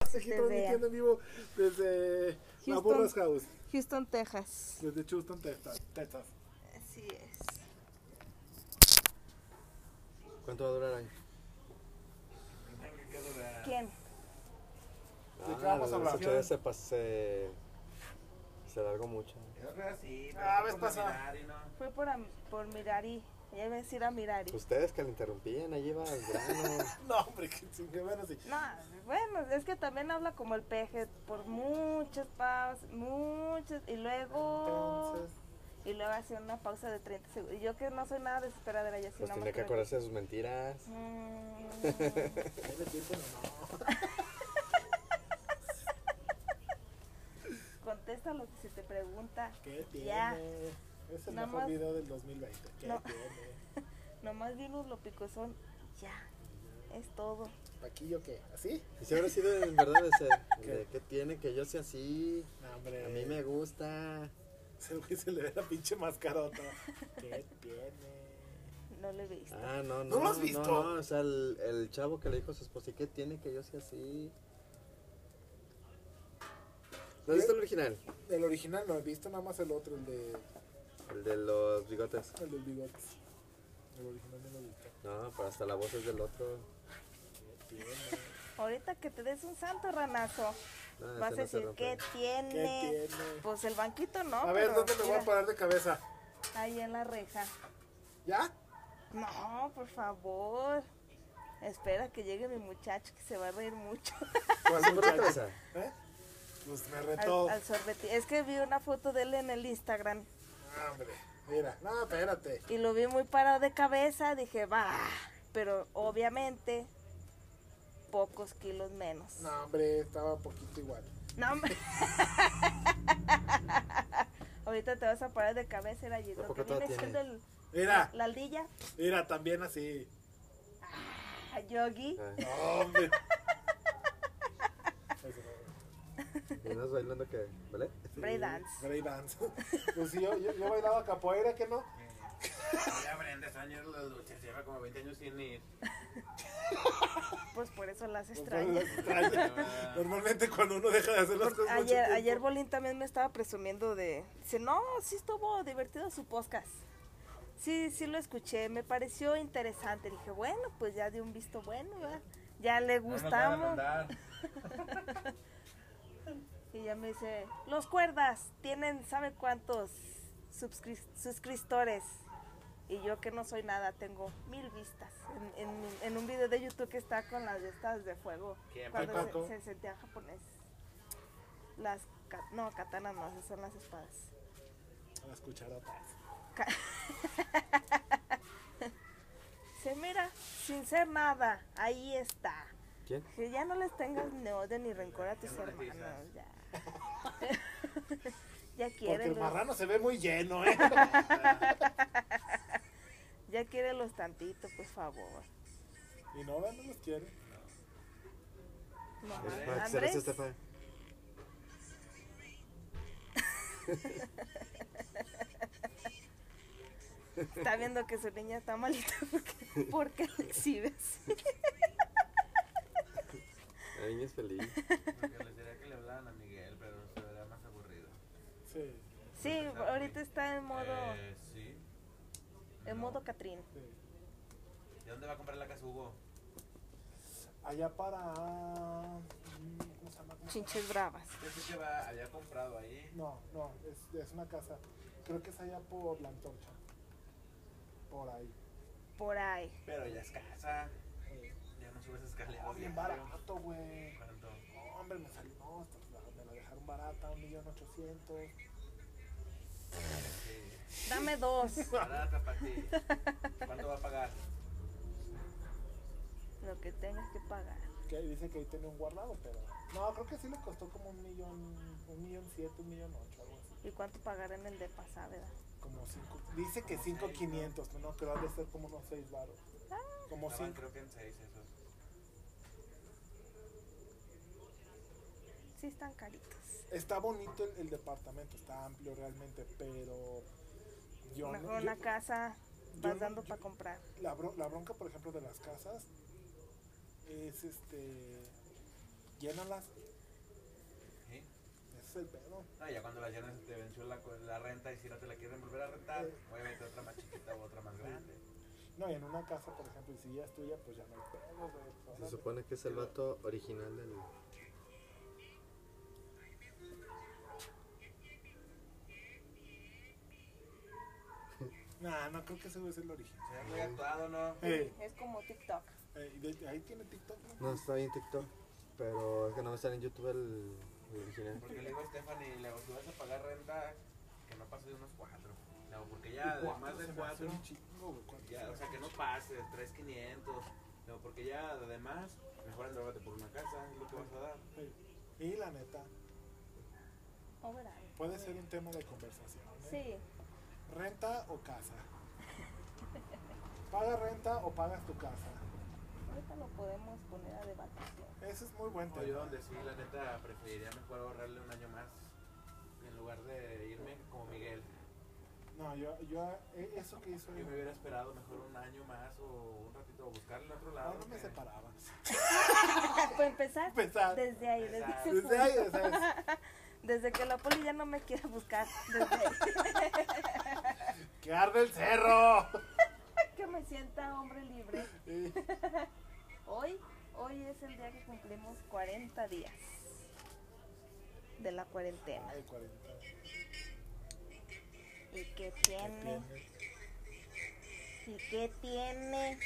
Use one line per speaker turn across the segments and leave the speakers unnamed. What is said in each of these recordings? aquí
Desde-
transmitiendo en vivo desde la
Houston.
Burras House,
Houston, Texas.
desde Houston, Texas. Texas.
Así es.
¿Cuánto va a durar ahí?
¿Quién?
Ah,
¿De qué vamos a hablar?
Esa chévere se, pas- se, se largó mucho.
Ah, ves pasa.
Fue por, Am- por Mirari. Ya iba a decir a Mirari.
Ustedes que le interrumpían, ahí va al grano.
No, hombre, que sin que bueno, sí.
No, bueno, es que también habla como el peje por muchas pausas, muchas, y luego...
Entonces,
Y luego hace una pausa de 30 segundos. Y yo que no soy nada desesperadera, yo sí
Pues
no
tiene
me
que
atrevo.
acordarse de sus mentiras.
Mm.
¿tiene tiempo o no?
Mm, Contesta lo que se te pregunta.
¿Qué tiene?
Ya.
Es el
Nada
mejor
más.
video del 2020. ¿Qué
No.
tiene?
Nomás dinos lo picosón. Ya. Es todo.
¿Paquillo qué? ¿Así?
Y si habrá sido en verdad ese, el
¿Qué? Eh.
de que tiene que yo sea así,
No, hombre.
a mí me gusta.
Se, güey se le ve la pinche mascarota. ¿Qué tiene?
No le viste.
Ah, no,
¿No
no.
lo has visto?
No, no, o sea, el, el chavo que le dijo a su esposa, ¿y qué tiene que yo sea así? ¿No has visto el original?
El original no he visto, nada más el otro, el de.
El de los bigotes.
El del bigote. El original no lo he visto.
No, pero hasta la voz es del otro.
¿Qué tiene?
Ahorita que te des un santo ranazo,
No,
vas a
ese no Ah, pues. se
decir,
rompe.
¿qué tiene?
¿Qué tiene?
Pues el banquito no.
A ver,
pero
¿dónde me voy
mira,
a parar de cabeza?
Ahí en la reja.
¿Ya?
No, por favor. Espera que llegue mi muchacho que se va a reír mucho.
¿Cuál
¿Por la
muchacho?
cabeza?
¿Eh? Pues me
al,
retó.
al sorbeti- Es que vi una foto de él en el Instagram
Ah, Hombre, mira, no, espérate.
y lo vi muy parado de cabeza. Dije, va. Pero obviamente, pocos kilos menos.
No, hombre, estaba poquito igual.
No, hombre. Ahorita te vas a parar de cabeza, era allí.
¿A
Lo
poco
que
todo
viene
tiene?
siendo el-
Mira,
la aldilla.
mira, también así.
a Yogi.
Ay,
No, hombre.
¿Y no es bailando que ¿Vale?
Breakdance.
Breakdance. Pues sí, yo, yo, yo bailaba capoeira, ¿qué no?
Pues Ya Brenda Sánchez la lucha, lleva como 20 años sin ir.
Pues por eso las
Pues, bueno,
extraño.
extraño. Normalmente cuando uno deja de hacer las cosas mucho
Ayer,
tiempo-
ayer Bolín también me estaba presumiendo de... Dice, no, sí estuvo divertido su podcast. Sí, sí lo escuché, me pareció interesante. Le dije, bueno, pues ya de un visto bueno, ¿verdad? Ya le gustamos. y ya me dice, los cuerdas tienen, ¿sabe cuántos subscri- suscriptores? Y yo que no soy nada, tengo mil vistas en, en- en un video de YouTube que está con las de estas de fuego.
¿Quién,
Cuando
Paco?
se, se sentía japonés. Las, ka- no, katanas no, esas son las espadas.
Las cucharotas.
Se mira, sin ser nada, ahí está.
¿Quién?
Que ya no les tengas ni odio ni rencor a tus
Ya no les
hermanos, ya. ya
Porque
quieren
el
los,
marrano se ve muy lleno, ¿eh?
ya quieren los tantito, por favor.
Y no, no los quiere.
No,
Pues,
Andrés,
para que se reste, Estefa.
está viendo que su niña está malita porque, porque la exhibes.
La niña es feliz.
Lo que le diría que le hablaban a Miguel, pero se verá más aburrido.
Sí,
Sí, ahorita está en modo,
Eh, sí.
en modo Catrín.
sí.
¿De dónde va a comprar la casa Hugo?
Allá para. mm, ¿Cómo se llama? ¿Cómo se llama?
Chinches bravas.
Yo sé que va, había comprado ahí.
No, no, es, es una casa. Creo que es allá por la antorcha. Por ahí.
Por ahí.
Pero ya es casa.
Eh,
Ya no subes escaleras.
oh, bien
diario.
barato, güey.
¿Cuánto?
No, hombre, me salió. No, esto la- me la dejaron barata, un millón ochocientos.
Sí.
Dame dos.
Barata para ti. ¿Cuánto va a pagar?
Lo que tengas que pagar.
Que dice que ahí tenía un guardado, pero. No, creo que sí le costó como un millón, un millón siete, un millón ocho, algo así.
¿Y cuánto pagará en el de pasada, verdad?
Como cinco. Dice que
Como
cinco
seis,
quinientos, no, pero ha de ser como unos seis baros. Como
Estaban
cinco.
creo que en seis esos.
Sí, están caritos.
Está bonito el, el departamento, está amplio realmente, pero. Yo no-
Mejor
yo-
una casa
yo
vas
no-
dando
yo-
para comprar.
la, bro- la bronca, por ejemplo, de las casas es este Llénalas.
¿Sí?
Ese es el pedo.
No, ya cuando la llenas te venció la, co- la renta y si no te la quieren volver a rentar,
Sí.
muévete otra más chiquita o otra más grande.
No, y en una casa, por ejemplo, y si ya es tuya, pues ya no hay pedo, güey. Pues,
Se
órale.
supone que es el vato original del.
Nah, no creo que ese güey es el origen.
Se ve muy actuado, ¿no?
Eh,
Es como TikTok.
eh, y de- ahí tiene TikTok, ¿no?
No, está ahí en TikTok. Pero es que no me sale en YouTube el, el original.
Porque le digo a Stephanie, le digo, si vas a pagar renta, que no pase de unos cuatro. Le digo, porque ya, de
Cuatro,
más de
se me hace
cuatro,
un chingo, güey, cuatro se
ya,
me
o sea,
hace
que
un
no pase, tres quinientos. Le digo, porque ya, además, mejor endrógate por una casa, es lo que vas a dar.
chingo. Sí. Y la neta,
Overall.
puede ser un tema de conversación. ¿eh?
Sí.
¿Renta o casa? ¿Paga renta o pagas tu casa?
Ahorita lo podemos poner a debatación.
Ese es muy buen
No, yo
tema.
donde sí, la neta, preferiría mejor ahorrarle un año más en lugar de irme como Miguel.
No, yo, yo, eh, eso que hizo.
Yo me hubiera esperado mejor un año más o un ratito o buscarle en otro lado.
No, no me
que-
separaba.
Para empezar,
Empezar.
desde ahí, desde
Empezar.
ese
Desde ahí,
punto.
o sea,
Desde que la poli ya no me quiere buscar. Desde ahí.
es- ¡Que arde el cerro!
que me sienta hombre libre.
Sí.
Hoy, hoy es el día que cumplimos 40 días de la cuarentena.
Ay, 40.
¿Y qué
¿Qué
tiene?
tiene?
¿Y qué tiene?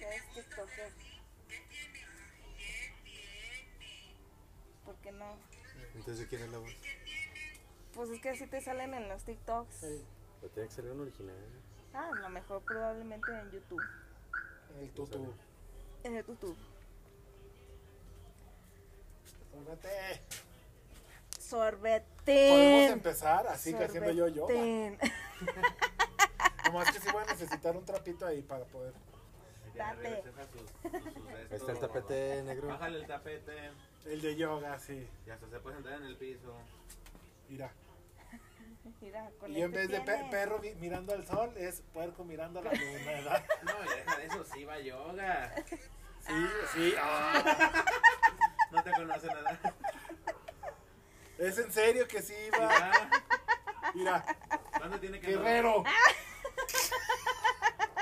Ya es TikToker. ¿Por qué no?
Entonces, ¿quién es la voz?
Pues es que así te salen en los TikToks.
Sí,
Pero tiene que salir un original.
Ah, a lo mejor probablemente en YouTube.
el tutu.
En el YouTube.
Sálvate.
Eh,
Podemos
Sorbeten.
empezar así que haciendo yo yo.
Sorbeten.
Nomás que sí voy a necesitar un trapito ahí para poder.
que le
Date.
regreses sus- sus- sus de
Ahí está el
esto.
tapete negro.
Bájale el tapete.
El de yoga, sí.
Y hasta se puede sentar en el piso.
Mira.
Mira, con
Y en
este
vez de pe-
tienes.
perro vi- mirando al sol, es puerco mirando la luna, ¿verdad?
No, y deja de eso, sí va yoga.
Sí, sí.
No te conoce nada.
Es en serio que sí
Sí
va.
va.
Mira,
Ah, ¿Cuándo tiene que
guerrero.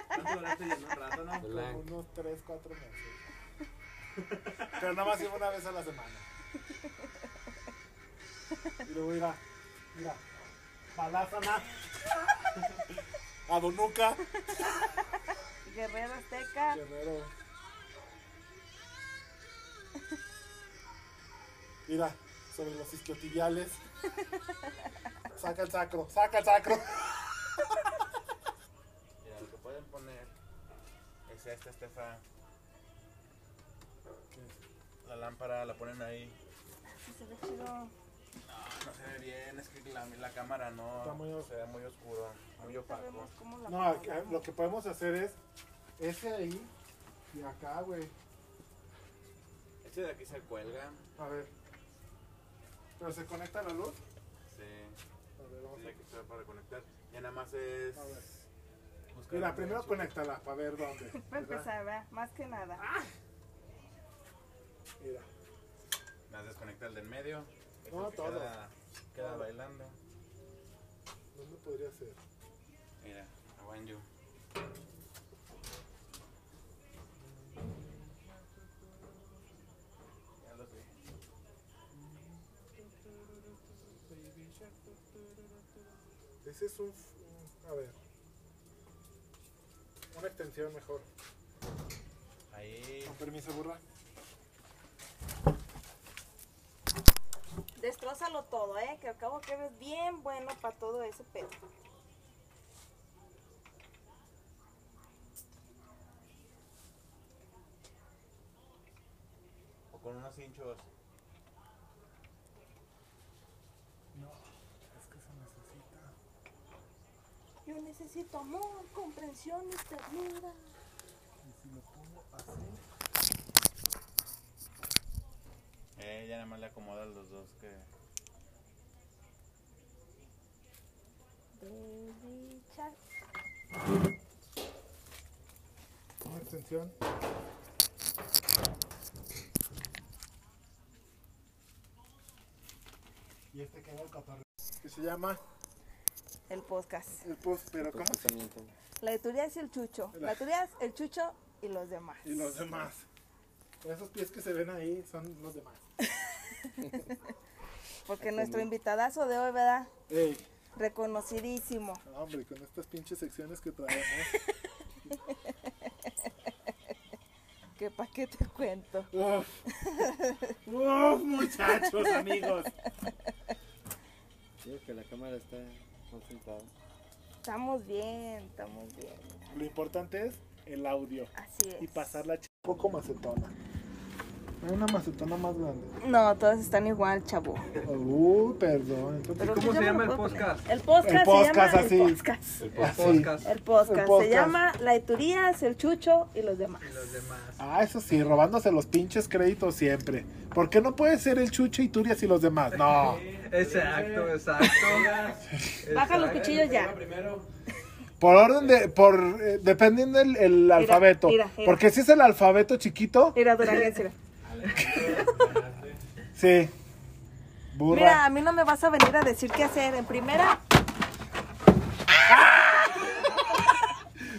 ¿Cuánto duraste yendo un rato, no?
Como
Blanc.
unos 3, 4 meses. Pero nada más iba una vez a la semana. Y luego mira, mira, Balázana, Adonuca,
Guerrero Azteca.
Guerrero. Mira, sobre los isquiotibiales. Saca el sacro, saca el sacro.
Mira, lo que pueden poner es esta, Estefa. La lámpara la ponen ahí.
Se ve chido.
Ah, No se ve bien, es que la, la cámara no.
Está muy os-
se ve muy oscuro, muy
Ahorita
opaco.
vemos cómo la
No, aquí-
acomodamos.
lo que podemos hacer es ese ahí y acá, güey.
Este de aquí se cuelga.
A ver. Pero se conecta la luz.
Sí.
A ver, vamos
Sí,
a-
aquí está para conectar. Ya nada más es.
A ver.
buscar
Mira,
un
primero
gancho.
conéctala para ver dónde. ¿verdad?
Para empezar, ¿verdad? Más que nada.
Mira.
Nada más desconecta el del medio. Es
No,
el que
todo.
Queda, queda
Todo.
bailando.
¿Dónde podría ser?
Mira, aguanyo. Ya lo sé.
Ese es un. f- un- A ver. Una extensión mejor.
Ahí.
Con permiso, burra.
Destrózalo todo, ¿eh? Que al cabo que eres bien bueno para todo ese pedo.
O con unos hinchos.
No, es que se necesita.
Yo necesito amor, comprensión y ternura.
Y si lo pongo así.
Eh, ya nada más le acomodan los dos que.
canción. Y este que era el cotorreo. Que se llama
el podcast.
el post, pero ¿cómo?
Comportamiento.
La de Turias y el Chucho. La de Turias, el Chucho y los demás.
Y los demás. Esos pies que se ven ahí son los demás.
Porque nuestro invitadazo de hoy, ¿verdad?
Ey,
Reconocidísimo.
no, hombre, con estas pinches secciones que traemos.
Que pa' qué te cuento.
Uf. Uf, muchachos, amigos.
Digo que la cámara está concentrada.
Estamos bien, estamos bien.
Lo importante es el audio
Así es.
y pasarla ch- un poco macetona. Hay una macetona más grande.
No, todos están igual, chavo.
Uy, perdón. Entonces,
Pero
¿cómo
yo
se
no
llama
lo
el
puedo poner.
podcast?
El podcast,
El podcast,
se llama
así.
el podcast.
así?
Podcast
El podcast.
El podcast.
Se llama La Eturías, el Chucho y los demás.
y los demás.
Ah, eso sí, robándose los pinches créditos siempre. ¿Por qué no puede ser el Chucho y Turias y los demás? No.
Exacto, exacto.
Baja los
Exacto.
cuchillos ya.
Primero,
Por orden de. por eh, Dependiendo del el alfabeto.
mira, mira.
Porque si es el alfabeto chiquito,
Mira, Duranguense, mira.
sí. Burra.
Mira, a mí no me vas a venir a decir qué hacer. En primera,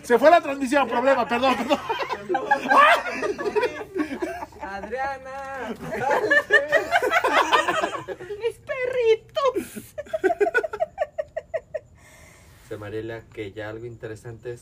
Se fue la transmisión, problema, perdón, perdón.
Adriana.
mis perritos.
Se Mariela, que ya algo interesante es.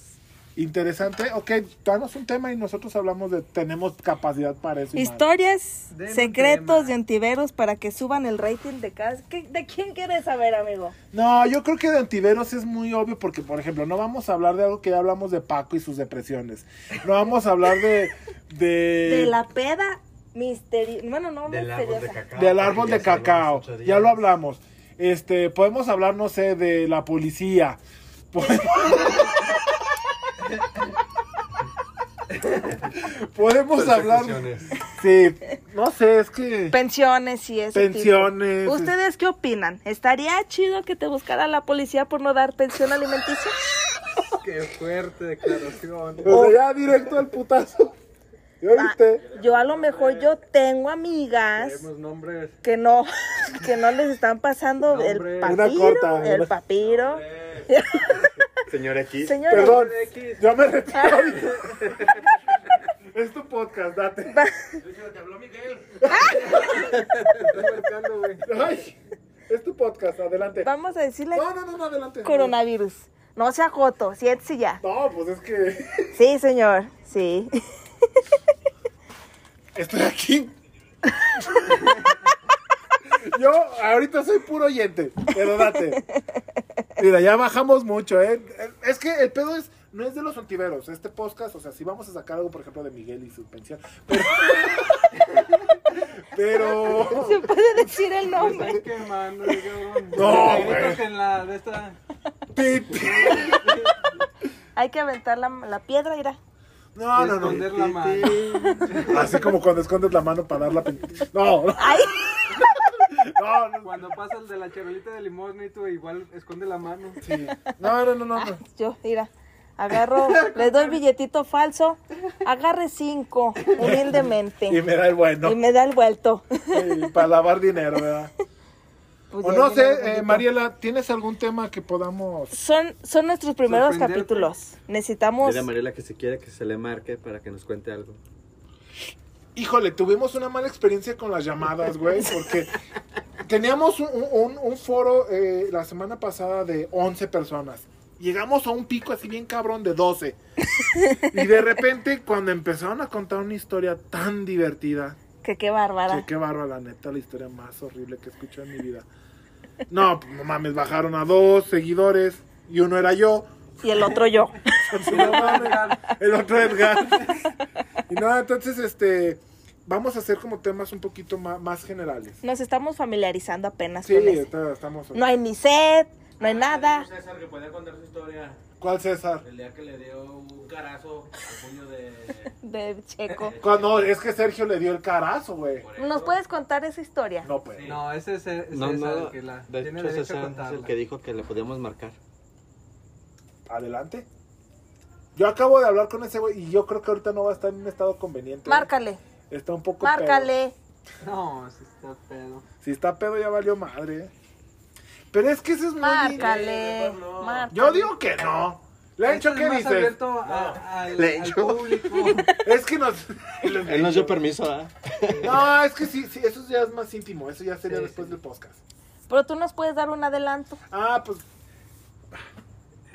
Interesante. Ok, danos un tema y nosotros hablamos de. Tenemos capacidad para eso. y más.
Historias,
De un
secretos
tema.
de antiveros para que suban el rating de cada... ¿Qué- ¿De quién quieres saber, amigo?
No, yo creo que de antiveros es muy obvio porque, por ejemplo, no vamos a hablar de algo que ya hablamos de Paco y sus depresiones. No vamos a hablar de... De,
De la peda misteriosa. Bueno, no
del árbol de
misteriosa.
cacao.
del árbol
Ah, Ya
de
se llevan
cacao.
los ocho días.
Ya lo hablamos. Este, podemos hablar, no sé, de la policía. Podemos, podemos hablar...
Persecuciones.
Sí, no sé, es que...
Pensiones y eso.
Pensiones.
¿Ustedes qué opinan? ¿Estaría chido que te buscara la policía por no dar pensión alimenticia?
Qué fuerte declaración.
O sea, ya directo al putazo. ¿Ya viste?
Ah, yo a lo mejor yo tengo amigas
Tenemos nombres.
que no que no les están pasando
Hombre.
el
Una
papiro,
corta,
el
una-
papiro.
Señor aquí.
Señores,
Perdón,
X.
ya me retiro. es tu podcast, date.
Te habló Miguel.
Estoy marcando, güey.
Ay, es tu podcast, adelante.
vamos a decirle
No, no, no, no, adelante.
coronavirus. No sea joto, siéntese ya.
No, pues es que
Sí, señor. Sí.
estoy aquí. Yo ahorita soy puro oyente, pero date. Mira, ya bajamos mucho, ¿eh? Es que el pedo es, no es de los antiveros, este podcast, o sea, si vamos a sacar algo, por ejemplo, de Miguel y su pensión, pero... pero...
Se puede decir el
Me
nombre.
están quemando, cabrón.
No, güey.
Gritos en la de esta.
pi, pi.
Hay que aventar la, la piedra, irá.
Este,
No, no,
Esconder
no.
la mano.
Así como cuando escondes la mano para dar la pen- No, no,
Ay,
no, no.
Cuando pasa el de la charolita de limón, y tú igual esconde la mano.
Sí. No, no, no, no, no.
yo, mira. Agarro, les doy billetito falso. Agarre cinco, humildemente.
Y me da el bueno.
Y me da el vuelto.
Sí, para lavar dinero, ¿verdad?
Pues
o
ya
no
viene el
sé, eh,
vueltito.
Mariela, ¿tienes algún tema que podamos...?
Son, son nuestros primeros
Sorprenderte.
capítulos. Necesitamos.
Pues,
Dile a Mariela que si quiere que se le marque para que nos cuente algo.
Híjole, tuvimos una mala experiencia con las llamadas, güey, porque teníamos un, un- un foro eh, la semana pasada de 11 personas. Llegamos a un pico así bien cabrón de 12. Y de repente, cuando empezaron a contar una historia tan divertida,
Que qué bárbara.
Che, qué bárbaro, la neta, la historia más horrible que he escuchado en mi vida. No, pues, no mames, bajaron a dos seguidores y uno era yo,
Y el otro yo.
con su madre, el otro Edgar. Y nada, entonces, este, vamos a hacer como temas un poquito ma- más, generales.
Nos estamos familiarizando apenas
Sí,
con eso.
ahorita estamos.
No hay ni sed, no
Ah,
hay nada.
César que podía contar su historia.
¿Cuál César?
El día que le dio un carazo al puño de.
De checo.
Cuando es que Sergio le dio el carazo, güey.
por eso.
¿Nos puedes contar esa historia?
eh, No, pues.
No, ese es el,
No, no.
que la
De
tiene
hecho,
derecho a
César es
contarla.
el que dijo que le podíamos marcar.
Adelante. Yo acabo de hablar con ese güey y yo creo que ahorita no va a estar en un estado conveniente.
Márcale,
Está un poco pedo.
márcale.
No, sí está pedo.
Si está pedo ya valió madre. Pero es que ese es muy...
Márcale,
Sí, no.
márcale.
Yo digo que no. Le han hecho
Esto
que
Este es más
dices.
abierto a- al,
Le
al
hecho.
público.
Es que nos...
Él nos dio permiso, ¿ah?
No, es que sí, sí, eso ya es más íntimo. Eso ya sería
Sí,
después
sí.
del podcast.
Pero tú nos puedes dar un adelanto.
Ah, pues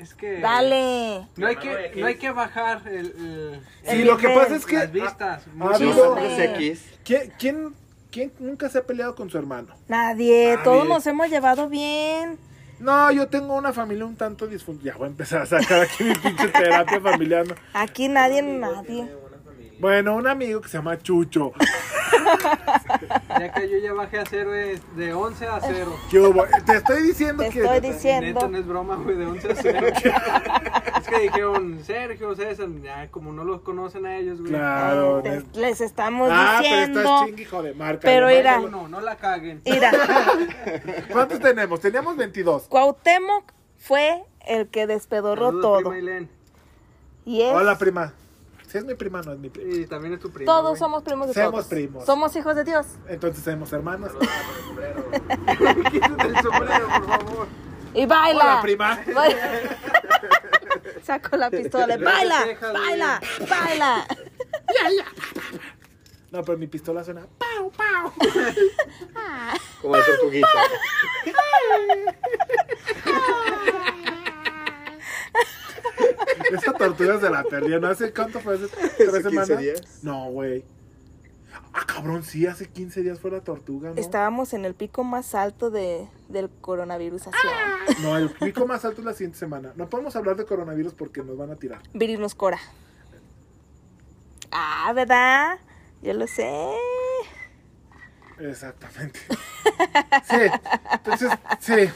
Es que...
Dale.
No hay
Mamá,
que,
¿qué
no hay
es?
que bajar el... el-
Sí,
El
lo que
nivel,
pasa es que.
las vistas.
ah,
mucho.
ah,
Sí,
digo,
hombre.
X.
¿quién, quién, quién nunca se ha peleado con su hermano?
Nadie,
Nadie.
todos nos hemos llevado bien.
No, yo tengo una familia un tanto disfuncional. Ya voy a empezar a sacar aquí mi pinche terapia familiar. ¿no?
Aquí nadie,
Amigo,
nadie.
tiene una familia.
Bueno, un amigo que se llama Chucho.
Ya que yo ya bajé a cero, es de 11 a 0.
¿Qué hubo? Te estoy diciendo
Te
que.
estoy
Neta,
diciendo.
no es broma, güey, de 11 a 0. es que dijeron, Sergio, César, ya, como no los conocen a ellos, güey.
Claro.
Te-
no es-
les estamos
Ah, pero
diciendo.
estás ching, hijo de marca.
Pero
de
era-
marca.
Uno, no la caguen.
Mira,
¿Cuántos tenemos? Teníamos 22.
Cuauhtémoc fue el que despedorró
Saludos,
todo.
prima Ailén.
Y es-
Hola, prima. Si es mi prima, no es mi prima.
Y también es tu prima.
todos
güey.
somos primos de
Somos
todos.
primos.
Somos hijos de Dios.
Entonces tenemos hermanos.
Quítate el sombrero, por favor.
Y baila.
Hola, prima.
Baila. Saco la pistola.
Luego
Baila,
te dejas,
baila, baila.
No, pero mi pistola suena.
Como la tortuguita.
Esa tortuga se la perdió, ¿no? ¿Hace cuánto fue? ¿Hace tres
¿Hace 15
semanas?
días?
No, güey. Ah, cabrón, sí, hace 15 días fue la tortuga, ¿no?
Estábamos en el pico más alto de, del coronavirus. Así.
No, el pico más alto es la siguiente semana. No podemos hablar de coronavirus porque nos van a tirar.
Virinos Cora. Ah, ¿verdad? Yo lo sé.
Exactamente. Sí, entonces, sí.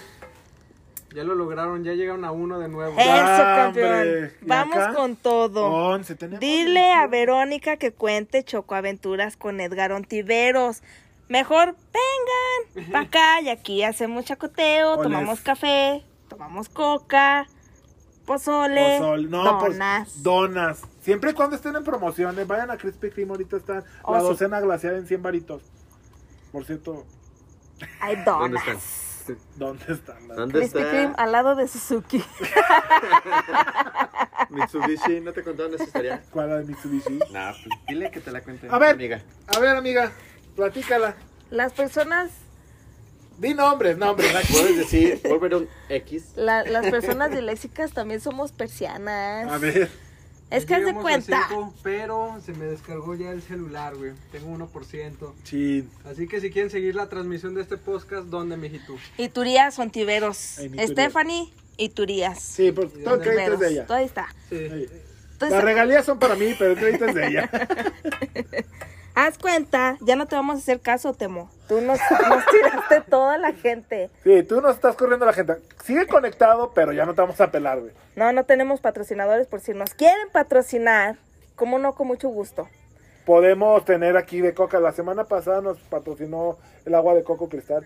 Ya lo lograron, ya llegaron a uno de nuevo.
Eh.
Eso,
Ya,
campeón.
hombre. ¿Y
Vamos
acá? Oh.
con todo.
11, tenemos.
Dile a Verónica que cuente Chocoaventuras con Edgar Ontiveros. Mejor vengan para acá y aquí hacemos chacoteo,
Oles.
tomamos café, tomamos coca, pozole,
Pozol- no,
donas.
pues, donas. Siempre y cuando estén en promociones, vayan a Krispy Kreme, ahorita están
Oh,
la
sí.
docena glaciada en 100 varitos. Por cierto,
Hay
¿Dónde
donas.
están?
¿dónde están las
¿Dónde
Krispy Kreme
está?
al lado de Suzuki.
Mitsubishi, ¿no te contaron esa historia?
¿Cuál la de Mitsubishi?
No, pues dile que te la cuente.
A ver.
Amiga.
A ver, amiga, platícala.
Las personas
Di nombres, nombres.
Puedes decir, Wolverine X.
La- las personas diléxicas también somos persianas.
A ver.
es que
Ya
haz de
llegamos a
cuenta.
cinco, pero se me descargó ya el celular, güey. Tengo 1%.
Chin.
Así que si quieren seguir la transmisión de este podcast, ¿dónde, mijito?
Y Turías Ontiveros.
Ay, mi Turías.
Stephanie y Turías.
Sí, pero todo el crédito es de ella.
Todo ahí está.
Sí.
Sí. Las
Entonces,
regalías son para mí, pero el crédito es de ella.
haz cuenta, ya no te vamos a hacer caso, Temo. Tú nos, nos tiraste toda la gente.
Sí, tú nos estás corriendo la gente. Sigue conectado, pero ya no te vamos a pelar, güey.
No, no tenemos patrocinadores por si nos quieren patrocinar. Como no, con mucho gusto.
Podemos tener aquí de coca. La semana pasada nos patrocinó el agua de coco cristal.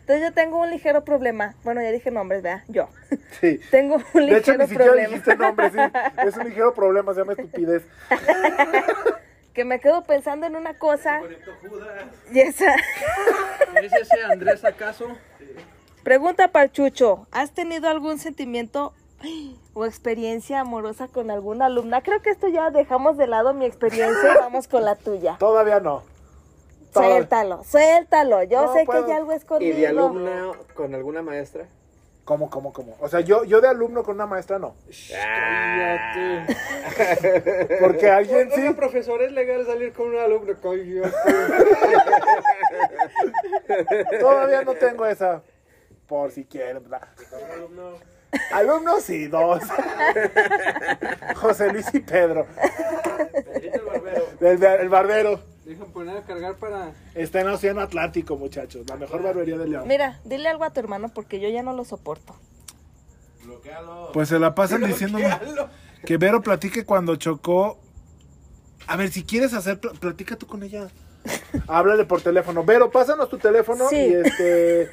Entonces yo tengo un ligero problema. Bueno, ya dije nombres, ¿verdad? Yo.
Sí.
Tengo un
De hecho,
ligero
ni siquiera
problema.
dijiste el nombre, sí. Es un ligero problema, se llama estupidez.
Que me quedo pensando en una cosa
Conectó Judas.
y esa...
¿Es ese Andrés acaso?
Pregunta para el Chucho, ¿has tenido algún sentimiento ay, o experiencia amorosa con alguna alumna? Creo que esto ya dejamos de lado mi experiencia, vamos con la tuya.
Todavía no. Todavía-
Suéltalo, suéltalo. Yo
No
sé
puedo.
que ya algo
¿Y de
escondido.
alumna con alguna maestra?
¿Cómo, cómo, cómo? O sea, yo, yo de alumno con una maestra no.
Cállate.
Porque alguien sí.
Oiga, profesor, es legal salir con un alumno. Cállate.
Todavía no tengo esa. Por si quieren. ¿verdad? Alumnos y dos. José Luis y Pedro.
Pedrito el barbero.
El, bar- el barbero.
Dejan poner a cargar para...
Está en el Océano Atlántico, muchachos. La mejor barbería del León.
Mira, dile algo a tu hermano porque yo ya no lo soporto.
Bloquealo.
Pues se la pasan diciéndome que Vero platique cuando chocó. A ver, si quieres hacer, pla- platica tú con ella. háblale por teléfono. Vero, pásanos tu teléfono
Sí.
y este,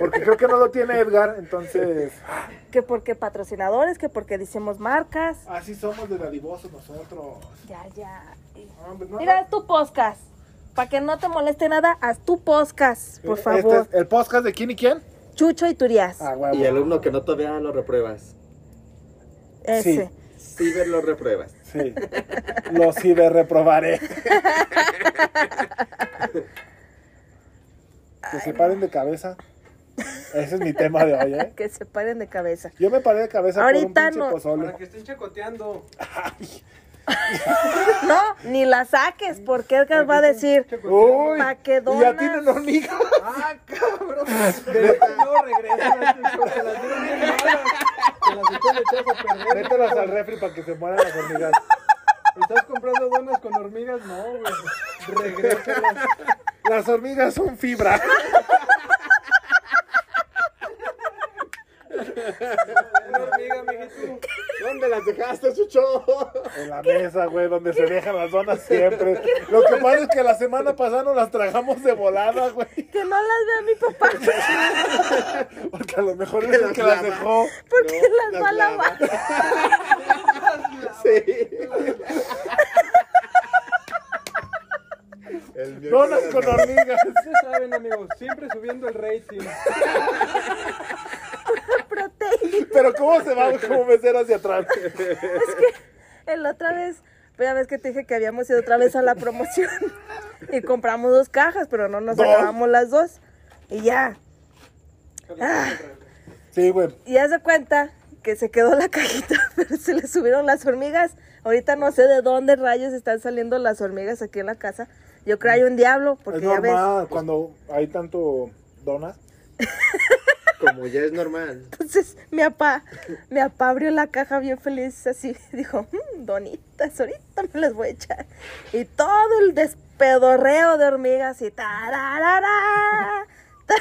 porque creo que no lo tiene Edgar, entonces,
Que porque patrocinadores, que porque decimos marcas.
así somos de dadivosos nosotros.
Ya, ya. Y-
Hombre, no,
Mira, haz tu podcast. Para que no te moleste nada, haz tu podcast, por
Este
favor.
es el podcast de quién y quién.
Chucho y Turias.
Ah, huevo.
Y alumno que no todavía lo repruebas.
Ese.
Ciber lo repruebas.
Sí. Lo ciberreprobaré. que se paren de cabeza. Ese es mi tema de hoy, ¿eh?
Que se paren de cabeza.
Yo me paré de cabeza
Ahorita
por un pinche
no.
pozole.
Para que estén chacoteando.
No, ni la saques, porque Edgar va a decir.
Uy,
Pa' que
y ya
donas.
tienen hormigas.
¡Ah, cabrón! De no regresa. Te las dieron bien malas. Te las están echando a perder.
Mételas al refri para que se mueran las hormigas.
¿Estás comprando donas con hormigas? No, güey. Regrésalas.
Las hormigas son fibra.
Una hormiga, mijito.
¿Dónde las dejaste, Chucho?
En la mesa, güey, donde se dejan las donas siempre. Lo que pasa es que la semana pasada nos las tragamos de volada, güey.
Que no las vea mi papá,
Porque a lo mejor
Que
es el
las
que las
lava.
dejó.
porque las va a lavar.
Sí. El
Donas
miércoles
con hormigas.
Ustedes saben, amigos, siempre subiendo el rating.
Proteína.
Pero ¿cómo se va como mesero hacia atrás?
El otra vez, pues ya ves que te dije que habíamos ido otra vez a la promoción y compramos dos cajas, pero no nos
Dos.
acabamos las dos. Y ya,
Sí, güey.
y ya se cuenta que se quedó la cajita, pero se le subieron las hormigas. Ahorita no sé de dónde rayos están saliendo las hormigas aquí en la casa. Yo creo hay un diablo, porque
Es
ya ves.
normal cuando hay tanto donas.
Como ya es normal.
Entonces mi papá, mi papá abrió la caja bien feliz, así dijo, "Mm, donitas, ahorita me las voy a echar. Y todo el despedorreo de hormigas y tararara, ta-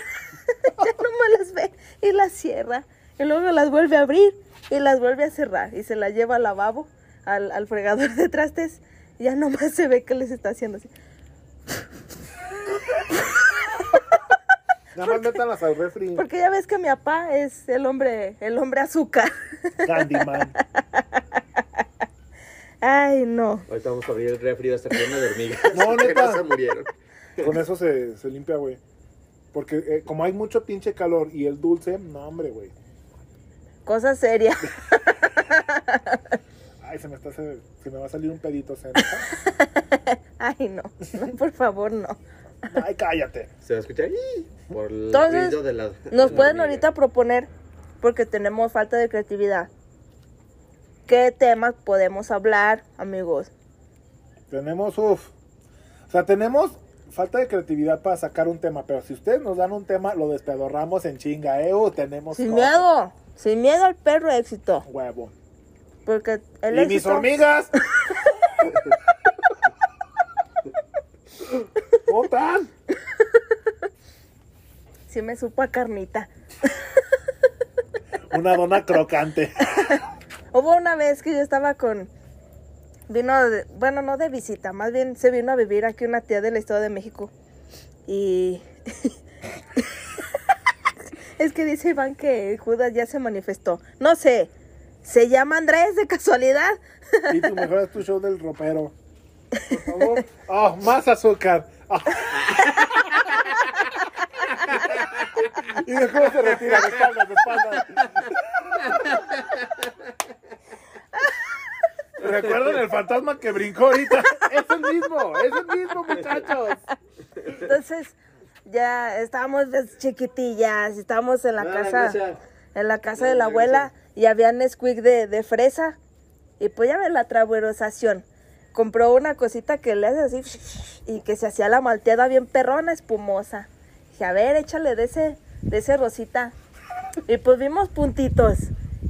ya no me las ve y las cierra. Y luego las vuelve a abrir y las vuelve a cerrar y se las lleva al lavabo, al, al fregador de trastes. y Ya nomás se ve que les está haciendo así.
Nada más métanlas al refri.
Porque ya ves que mi papá es el hombre, el hombre azúcar.
Candyman.
Ay, no.
Ahorita vamos a abrir el refri de estar lleno de hormigas.
No,
que
neta.
no se murieron.
Con eso se, se limpia, güey. Porque eh, como hay mucho pinche calor y el dulce, no, hombre, güey.
Cosa seria.
Ay, se me está se, se me va a salir un pedito, se
Ay, no, no, por favor, no.
Ay, cállate.
Se va a escuchar ¡ih! por el
Entonces,
ruido de la.
Nos
de la
pueden
hormiga.
ahorita proponer, porque tenemos falta de creatividad. ¿Qué temas podemos hablar, amigos?
Tenemos, uff. O sea, tenemos falta de creatividad para sacar un tema, pero si ustedes nos dan un tema, lo despedorramos en chinga, eh. Uh, tenemos todo.
Sin miedo, sin miedo al perro éxito.
Huevo.
Porque el
y mis
éxito.
hormigas. ¿Cómo están?
Sí me supo a carnita.
Una dona crocante.
Hubo una vez que yo estaba con. Vino, de- bueno, no de visita, más bien se vino a vivir aquí una tía del Estado de México. Y. es que dice Iván que Judas ya se manifestó. No sé, se llama Andrés de casualidad.
Y tu mejor es tu show del ropero. Por favor. Oh, más azúcar. Ah. Y de cómo se retira, de espaldas, de espaldas. ¿Recuerdan el fantasma que brincó ahorita? Es el mismo, es el mismo, muchachos.
Entonces, ya estábamos pues, chiquitillas, estábamos en la
No, la
casa.
iglesia.
en la casa
No,
de la
no,
abuela y había Nesquik de, de fresa. Y pues ya ves la traverosación. Compró una cosita que le hace así y que se hacía la malteada bien perrona, espumosa. Dije, a ver, échale de ese, de ese rosita. Y pues vimos puntitos.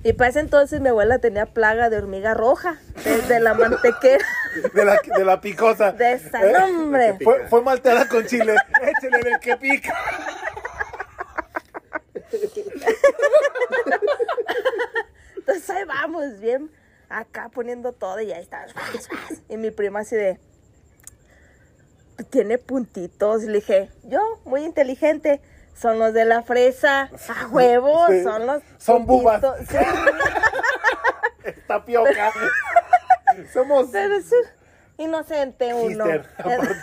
Y para ese entonces mi abuela tenía plaga de hormiga roja desde la mantequera.
De la, de la picosa. ¿Eh?
De esa, no, hombre.
Fue, fue malteada con chile. Échele del que pica.
Entonces ahí vamos, bien acá poniendo todo y ahí está. Y mi prima así de. tiene puntitos. Le dije, yo, muy inteligente, son los de la fresa. A huevo,
Sí.
son los.
Son bubas.
puntitos". Sí,
Tapioca. Somos.
pero sí, inocente uno.
Hipster, aparte.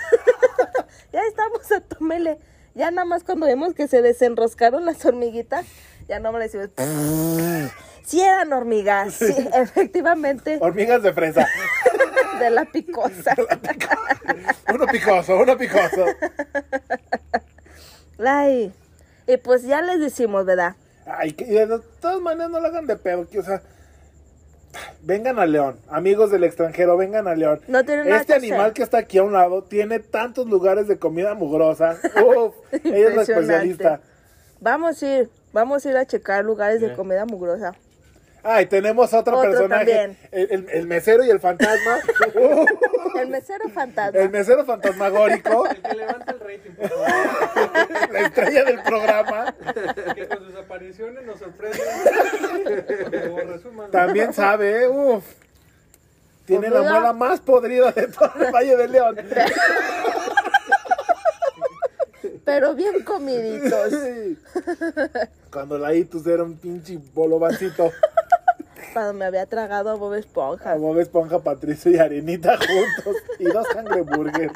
ya estamos a tomele. Ya nada más cuando vemos que se desenroscaron las hormiguitas, ya no me le decimos. Sí eran hormigas, sí, efectivamente,
Hormigas de fresa.
de la picosa.
Uno picoso, uno picoso.
Ay, y pues ya les decimos, ¿verdad?
Ay, que, y de todas maneras no lo hagan de pedo. Que, o sea, vengan a León. Amigos del extranjero, vengan a León.
No tienen nada
este
que hacer.
animal que está aquí a un lado tiene tantos lugares de comida mugrosa. Uf, ella es la
Impresionante.
especialista.
Vamos a ir, vamos a ir a checar lugares de comida mugrosa.
Ay, tenemos otro,
Otro
personaje.
también.
El, el- el mesero y el fantasma. Uh,
El mesero fantasma.
el mesero fantasmagórico.
El que levanta el rating, por favor.
La estrella del programa.
Que con sus apariciones nos sorprenden. O resuman.
También sabe, ¿eh? Uf. Tiene la
Ojalá.
muela más podrida de todo el Valle de León.
Pero bien comiditos.
Sí. Cuando la Itus era un pinche bolobacito.
Cuando me había tragado a Bob
A
Esponja.
Bob Esponja, Patricio y Arenita juntos. Y dos cangreburgers.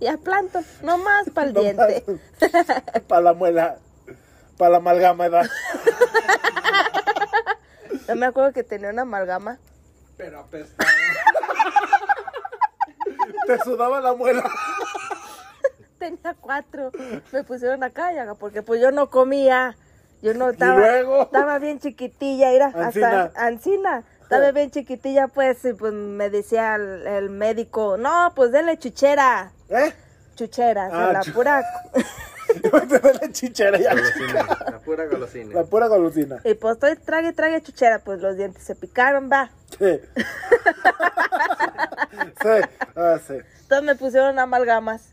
Y a Planto, nomás para el
No
diente.
Para la muela. Para la amalgama edad.
Yo me acuerdo que tenía una amalgama.
Pero apestaba.
Te sudaba la muela.
Tenía cuatro. Me pusieron acá, ya, porque pues yo no comía. Yo no estaba.
luego?
Estaba bien chiquitilla, era
Ancina. Eh.
hasta Ancina. Estaba bien chiquitilla, pues, y pues me decía el, el médico, no, pues denle chuchera,
¿Eh?
chuchera, o sea,
Ah,
la
chu-
pura.
Te ve la chichera ya.
Golosina, la pura golosina.
La pura golosina.
Y pues estoy trague, trague chuchera, pues los dientes se picaron, va.
Sí. Sí. Ah, sí.
Entonces me pusieron amalgamas.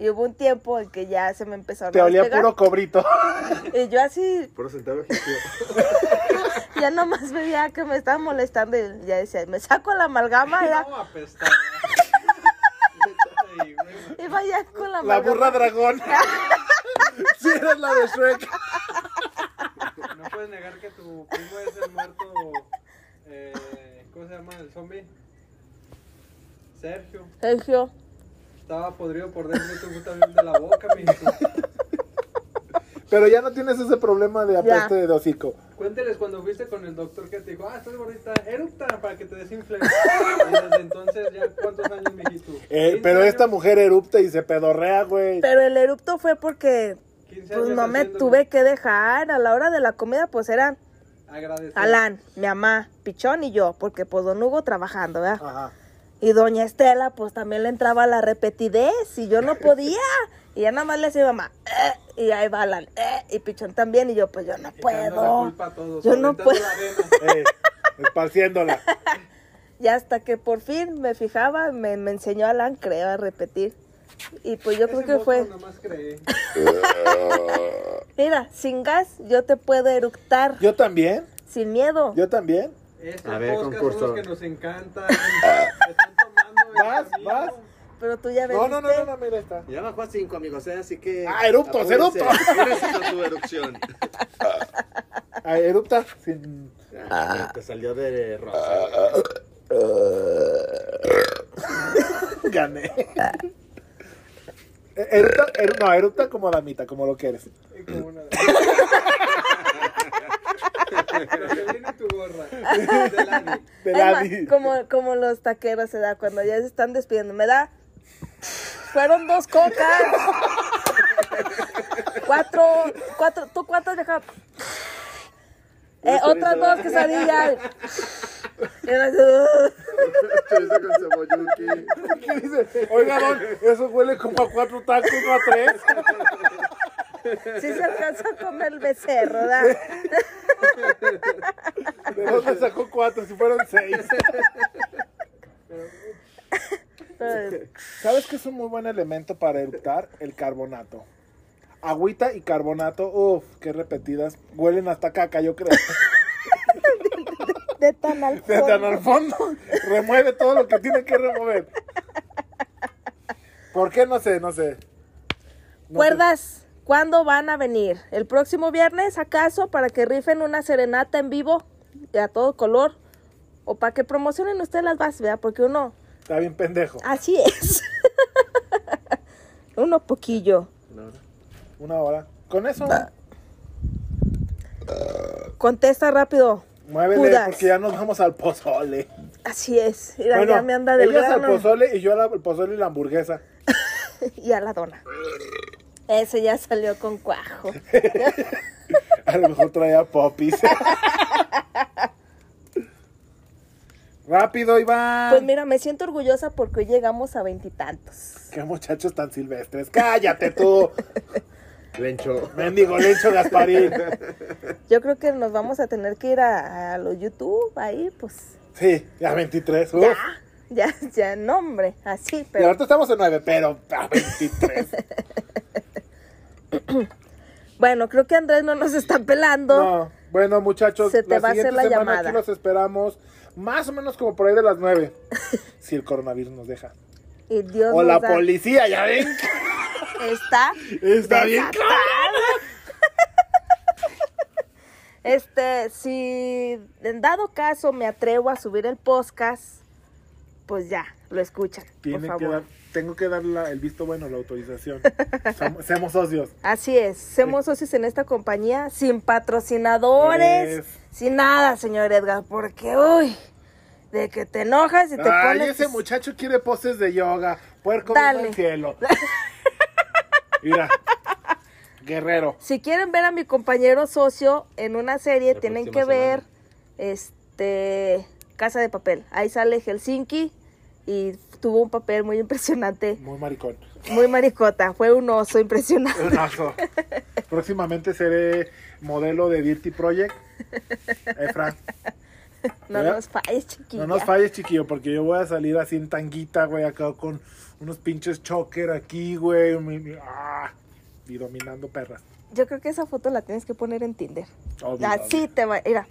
Y hubo un tiempo en que ya se me empezaron
Te
a
olía
despegar.
puro cobrito.
Y yo así,
Puro centavo egipcio.
ya nomás veía que me estaba molestando y ya decía, me saco la amalgama, era,
No, apestaba. Ay, güey.
iba ya con la
La
amalgama.
burra dragón. Sí, eres la de Shrek.
No puedes negar que tu primo es el muerto. Eh, ¿Cómo se llama el zombie? Sergio.
Sergio,
Estaba podrido por dentro y tú también de la boca, mi hijo.
Pero ya no tienes ese problema de apeste de hocico.
Cuénteles cuando fuiste con el doctor que te dijo, ah, estás gordita, eructa para que te desinfle. Y desde entonces, ¿ya cuántos años, mijito?
Eh, pero esta mujer erupta y se pedorrea, güey.
pero el erupto fue porque pues no me tuve que dejar, a la hora de la comida pues eran
Agradecer.
Alan, mi mamá, Pichón y yo, porque pues don Hugo trabajando, ¿verdad?
Ah.
Ajá.
Y doña Estela, pues también le entraba la repetidez y yo no podía. Y ya nada más le decía mamá, "Eh", y ahí va Alan, "Eh", y Pichón también, y yo pues yo no
Echando
puedo.
la culpa a todos,
Yo no
aventando
puedo.
la arena.
Eh, esparciéndola.
Y hasta que por fin me fijaba, me, me enseñó Alan, creo, a repetir. Y pues yo
Ese
creo que fue,
moco nomás creé.
mira, sin gas yo te puedo eructar,
Yo también,
sin miedo.
yo también.
Este
A ver,
podcast
concurso.
son los que nos encantan. Están tomando el
Vas,
camino.
vas.
Pero tú ya ves.
No, no, no, no, no, mira esta.
Ya bajó a 5, amigos, ¿eh? así que.
Ah, eruptos,
apúrense,
eruptos.
apúrense con tu erupción.
Ah, erupta sin.
Ah, Te salió de rosa.
Gané. Eh, Erupta, eru- no, erupta como damita, como lo que eres.
Y como una de- Pero te viene tu gorra. De Lani.
De
Es
la
más, como, como los taqueros se da cuando ya se están despidiendo. Me da. Fueron dos cocas. cuatro, cuatro. ¿Tú cuántas dejas? Eh, otras dos quesadillas. Y uno así,
Chorizo con cebolluki.
¿Qué dice? Oiga, don, eso huele como a cuatro tacos, no a tres.
"Uh". Sí se alcanzó a comer el becerro, ¿verdad?
¿De dónde sacó cuatro? Si fueron seis.
Pero,
¿Sabes qué es un muy buen elemento para eruptar? El carbonato. Agüita y carbonato, uff, qué repetidas. Huelen hasta caca, yo creo.
de tan al
Se
fondo.
al fondo, remueve todo lo que tiene que remover. ¿Por qué? No sé, no sé. No
Cuerdas, ¿cuándo van a venir? ¿El próximo viernes acaso para que rifen una serenata en vivo y a todo color? ¿O para que promocionen ustedes las bases, verdad? Porque uno,
sé, Está bien pendejo.
así es. uno poquillo.
Una hora. Con eso,
Contesta rápido.
muévele,
Judas.
porque ya nos vamos al pozole.
Así es. Mira,
Bueno,
ya me anda del
ella es al
grano.
pozole y yo al pozole y la hamburguesa.
Y a la dona. Ese ya salió con cuajo.
A lo mejor traía popis. Rápido, Iván.
Pues mira, me siento orgullosa porque hoy llegamos a veintitantos.
Qué muchachos tan silvestres. Cállate tú.
Lencho.
Mendigo Lencho Gasparín.
Yo creo que nos vamos a tener que ir a, a los YouTube ahí, pues.
Sí, ya 23. Uf.
Ya, ya, no, hombre, así,
Y
pero.
ahorita estamos en 9, pero a 23.
Bueno, creo que Andrés no nos está pelando.
No. Bueno, muchachos,
Se te va a hacer la
semana
llamada.
aquí los esperamos más o menos como por ahí de las 9. si el coronavirus nos deja.
Y Dios
O
nos
la
da-
policía, ya ven.
Está.
Está bien
desatada. Este, si en dado caso me atrevo a subir el podcast, pues ya, lo escuchan, por
Tienen que
favor.
dar- tengo que dar la- el visto bueno, la autorización. Som- Seamos socios.
Así es, somos socios en esta compañía, sin patrocinadores,
Es.
sin nada, señor Edgar, porque uy, de que te enojas y te
Ay,
pones.
ese muchacho quiere poses de yoga. Puerco
Dale.
viendo el cielo. Mira. Guerrero.
Si quieren ver a mi compañero socio en una serie,
La
tienen que
próxima
ver
semana.
este Casa de Papel. Ahí sale Helsinki y tuvo un papel muy impresionante,
Muy maricón.
muy maricota, fue un oso impresionante.
Un oso. Próximamente seré modelo de Dirty Project. Eh, Fran,
No
¿Ya?
nos falles, chiquilla.
no nos falles, chiquillo, porque yo voy a salir así en tanguita, güey, acá con unos pinches choker aquí, güey. mi- mi- ah, y dominando perras.
Yo creo que esa foto la tienes que poner en Tinder.
Obvio,
Así
obvio.
te va, mira.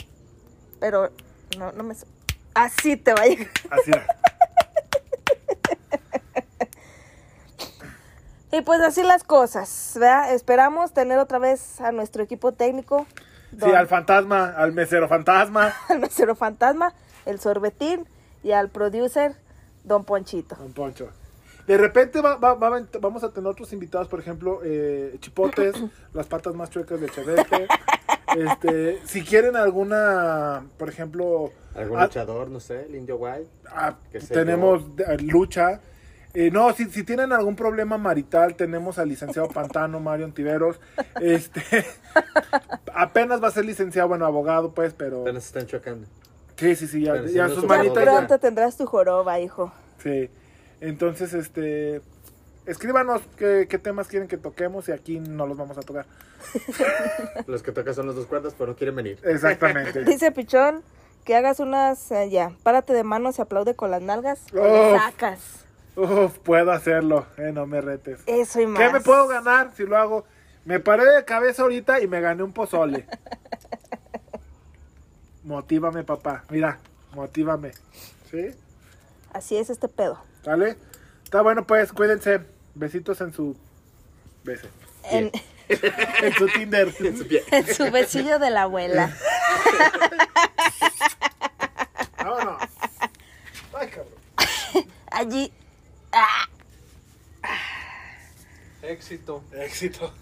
Pero no, no me so- así te va a llegar.
Así era.
Y pues así las cosas, ¿verdad? Esperamos tener otra vez a nuestro equipo técnico.
Sí,
don-
al fantasma, al mesero fantasma.
al mesero fantasma, el sorbetín y al producer Don Ponchito.
Don Poncho. De repente va- va- va- vamos a tener otros invitados, por ejemplo, eh, Chipotes, las patas más chuecas de Chevete. Este, si quieren alguna, por ejemplo,
Algún
ah,
luchador, no sé, el indio guay.
ah,
que sé
tenemos de- eh, lucha. Eh, no, si, si tienen algún problema marital, tenemos al licenciado Pantano, Mario Antiveros. Este, apenas va a ser licenciado, bueno, abogado, pues, pero.
Apenas se están chocando.
Sí, sí, sí, ya,
pero
ya
sí,
sus
no
Ya
Manita,
manitas.
pronto
ya.
tendrás tu joroba, hijo.
Sí. Entonces, este. Escríbanos qué, qué temas quieren que toquemos y aquí no los vamos a tocar.
Los que tocan son los dos cuerdas, pero no quieren venir.
Exactamente.
Dice Pichón que hagas unas eh, ya, párate de manos se aplaude con las nalgas, o le
Uf.
sacas.
Uf, puedo hacerlo. Eh, no me retes.
Eso y más.
¿Qué me puedo ganar si lo hago? Me paré de cabeza ahorita y me gané un pozole. Motívame, papá. Mira, motívame. ¿Sí?
Así es este pedo.
¿Sale? Está bueno, pues, cuídense. Besitos en su. Bese.
En,
En su Tinder.
en su besillo de la abuela.
Vámonos. Ay, cabrón.
Allí.
Éxito.
Éxito.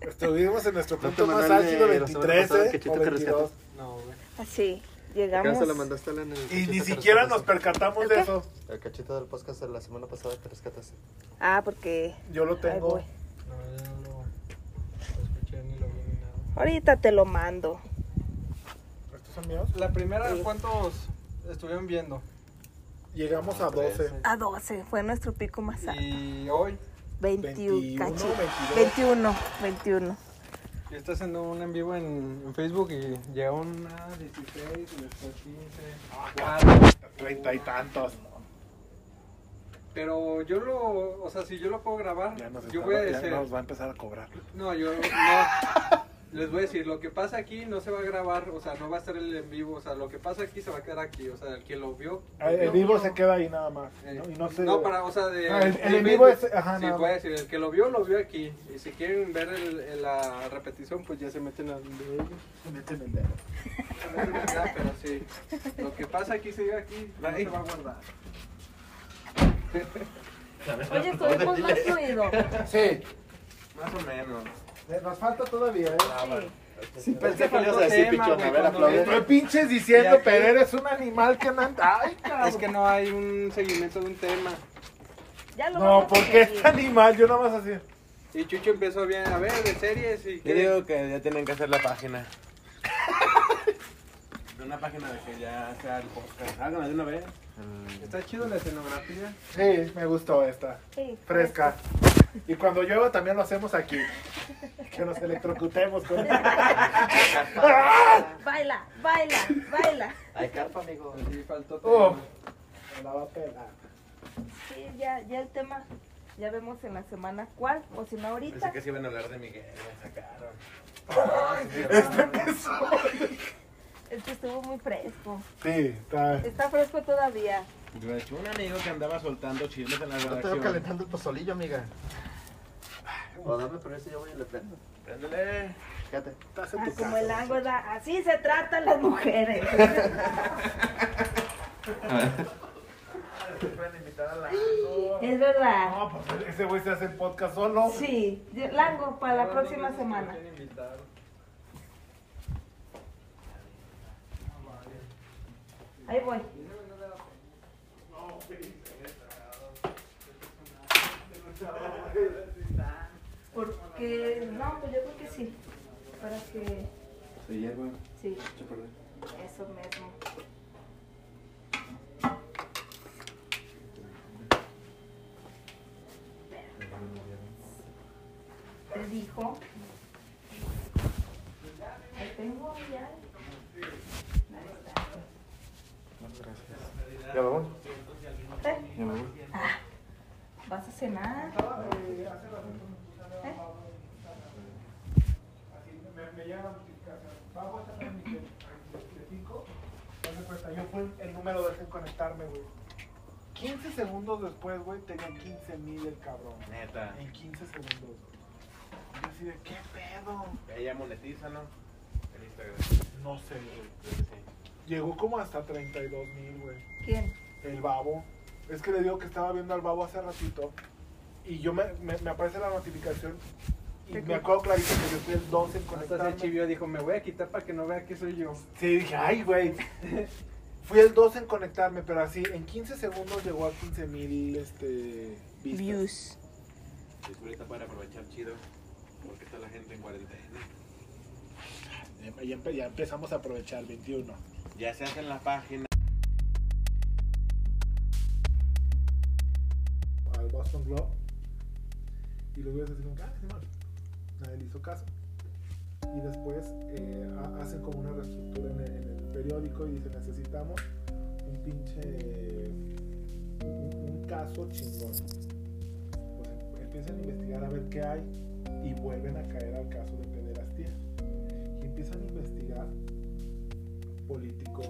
Estuvimos en nuestro
te
punto más
mandó el de
álgido
la semana
23,
pasada
¿eh?
que Chito
O
te
22.
rescató?
No, güey.
Así.
Acá
Llegamos.
se la mandaste a la
Y ni siquiera nos percatamos de
¿El qué?
eso.
El cachito del podcast de la semana pasada que rescataste.
Ah, porque.
Yo lo
Ay,
tengo.
güey.
No, yo no lo, lo escuché ni lo vi ni nada.
Ahorita te lo mando.
¿Estos son míos?
La primera, ¿cuántos estuvieron viendo?
Llegamos a 12.
A 12 fue nuestro pico más alto.
Y hoy,
21,
21,
cachi.
22.
21, 21.
yo estaba haciendo un en vivo en, en Facebook y llegó una 16, y después 15, cuatro.
Treinta y tantos.
Pero yo lo, o sea, si yo lo puedo grabar,
Ya nos,
yo
está-
voy a
ya
decir,
nos va a empezar a cobrar.
no, yo no. les voy a decir, lo que pasa aquí no se va a grabar, o sea, no va a estar el en vivo, o sea, lo que pasa aquí se va a quedar aquí, o sea, el que lo vio.
Ah, El
lo
vivo
vio.
se queda ahí nada más.
Eh,
¿no? Y no se.
para, o sea, de.
Ah, el- el
de
en vivo
ver-
es- ajá,
sí,
nada
voy a
más.
decir, el que lo vio, lo vio aquí. Y si quieren ver el- el- la repetición, pues ya se meten al.
se mete en el dedo.
Pero sí, lo que pasa aquí se llega aquí, no se va a guardar.
Oye, estuvimos más fluido.
Sí,
Más o menos.
eh, nos falta todavía, ¿eh?
Ah,
Sí,
pensé que le ibas a decir, pichón, a ver, aplaude.
Estoy pinches diciendo,
Ya que-
pero eres un animal que no anda. Ay, cabrón.
Es que no hay un seguimiento de un tema.
Ya lo vamos
No,
a
porque
conseguir.
este animal, yo nada más así.
Y Chucho empezó bien, a ver, de series y
Yo
que-
digo que ya tienen que hacer la página. De una página de que ya sea el podcast. Háganla de una vez.
Está chido la escenografía.
Sí, me gustó esta.
Sí,
Fresca. Y cuando llueva también lo hacemos aquí. Que nos electrocutemos con
Baila, baila, baila.
Hay carpa, amigo.
Y faltó
Oh.
tema.
La va a pelar.
Sí, ya, ya el tema. Ya vemos en la semana cuál, o si no ahorita.
Pensé que se iban a hablar de Miguel. Me sacaron.
Es que estuvo muy fresco.
Sí, está.
Está fresco todavía.
De hecho, un amigo que andaba soltando chismes en la
No te veo
redacción.
calentando el pozolillo, amiga. O dame permiso, yo voy y le prendo.
Préndele.
Fíjate.
Estás en
Ah,
tu
como
casa.
el ánguila. Así se tratan las mujeres. es verdad.
No, pues ese güey se hace el podcast solo.
Sí, yo- Lango para la
No,
próxima
no, no,
semana.
no quieren invitar.
Ahí voy. Porque, no, pues yo creo que sí. Para que,
Sí, ya, güey.
sí,
Mucho perdón.
eso mismo. Te dijo. Ahí tengo ya. Ahí está.
Ya vamos.
¿Eh? Ah, ¿Vas a
Me,
cenar? ¿Eh?
me llega la notificación. Va a votar en mi de 5. Yo fui el número de sin conectarme, güey. 15 segundos después, güey, tenía 15 mil el cabrón.
Neta.
En 15 segundos. güey. Yo así de, ¿qué pedo?
Ella monetiza, ¿no? En Instagram.
No sé, güey.
Creo que sí.
Llegó como hasta 32 mil, güey.
¿Quién?
El babo. Es que le digo que estaba viendo al babo hace ratito. Y yo me, me, me aparece la notificación. Y
¿De qué?
me acuerdo clarito que yo fui el 12 en
Hasta se
conectarme.
chivió, dijo, me voy a quitar para que no vea que soy yo.
Sí, dije, ay, güey. Fui el 2 en conectarme, pero así, en 15 segundos llegó a 15 mil este, vistas.
Views.
Es ahorita para aprovechar chido. Porque está la gente en cuarentena.
Ya, empe- ya empezamos a aprovechar, 21.
Ya se hacen la página.
Al Boston Globe. Y los güeyes así como, que, ah, Simón. Nadie le hizo caso. Y después eh, ha- hacen como una reestructura en el, en el periódico y dicen, necesitamos un pinche... un, un caso chingón. Pues em- empiezan a investigar a ver qué hay y vuelven a caer al caso de pederastía. Y empiezan a investigar políticos,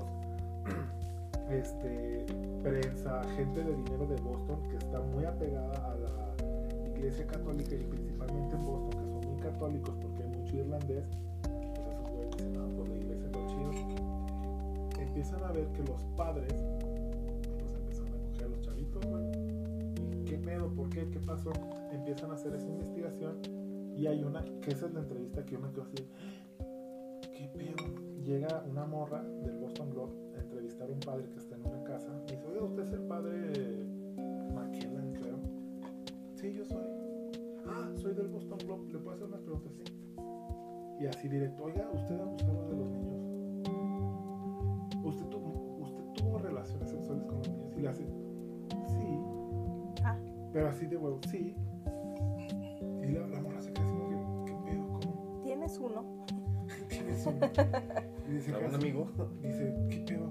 este, prensa, gente de dinero de Boston que está muy apegada a la iglesia católica y principalmente en Boston, que son muy católicos porque hay mucho irlandés, pues esos güeyes dicen, "Ah, pues la iglesia está chido. Empiezan a ver que los padres, pues empiezan a coger a los chavitos, güey. ¿Y qué pedo? ¿Por qué? ¿Qué pasó? Empiezan a hacer esa investigación y hay una, que esa es la entrevista que yo me quedo así, ¿Qué pedo? Llega una morra del Boston Globe a entrevistar a un padre que está en una casa. Y dice, oiga, usted es el padre McKellen, creo. Sí, yo soy. Ah, soy del Boston Globe. ¿Le puedo hacer unas preguntas? Sí. Y así directo, oiga, usted abusaba de los niños. Usted tuvo, usted tuvo relaciones sexuales con los niños. Y le hace, sí.
Ah.
Pero así de huevo, sí. Y la, la morra se queda así como que, ¿qué pedo? ¿Cómo?
¿Tienes uno?
Tienes un- y dice,
¿Algún
"Casi".
amigo?
Dice, ¿qué pedo?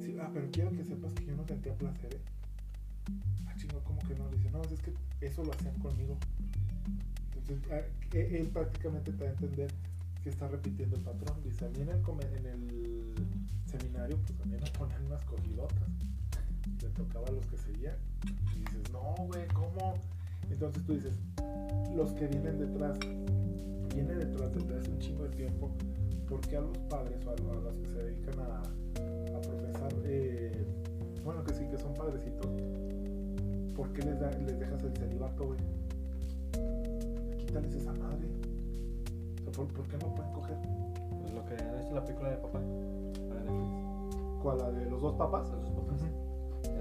Sí, ah, pero quiero que sepas que yo no sentía placer, ¿eh? Ah, chingo, ¿cómo que no? Le dice, no, es que eso lo hacían conmigo. Entonces, ah, e- él prácticamente te da a entender que está repitiendo el patrón. Dice, a mí en el, come- en el seminario, pues también nos ponen unas cogidotas. Le tocaba a los que seguían. Y dices, no, güey, ¿cómo? Entonces tú dices, los que vienen detrás, vienen detrás desde hace un chingo de tiempo, porque a los padres o a, lo- a los que se dedican a, a profesar, eh, bueno, que sí, que son padrecitos, ¿por qué les, da- les dejas el celibato, güey? Quítales esa madre. O sea, ¿por, por qué no pueden coger?
Pues lo que es la película de papá. Para Netflix.
¿Cuál? ¿La de los dos papas?
Son sus papás.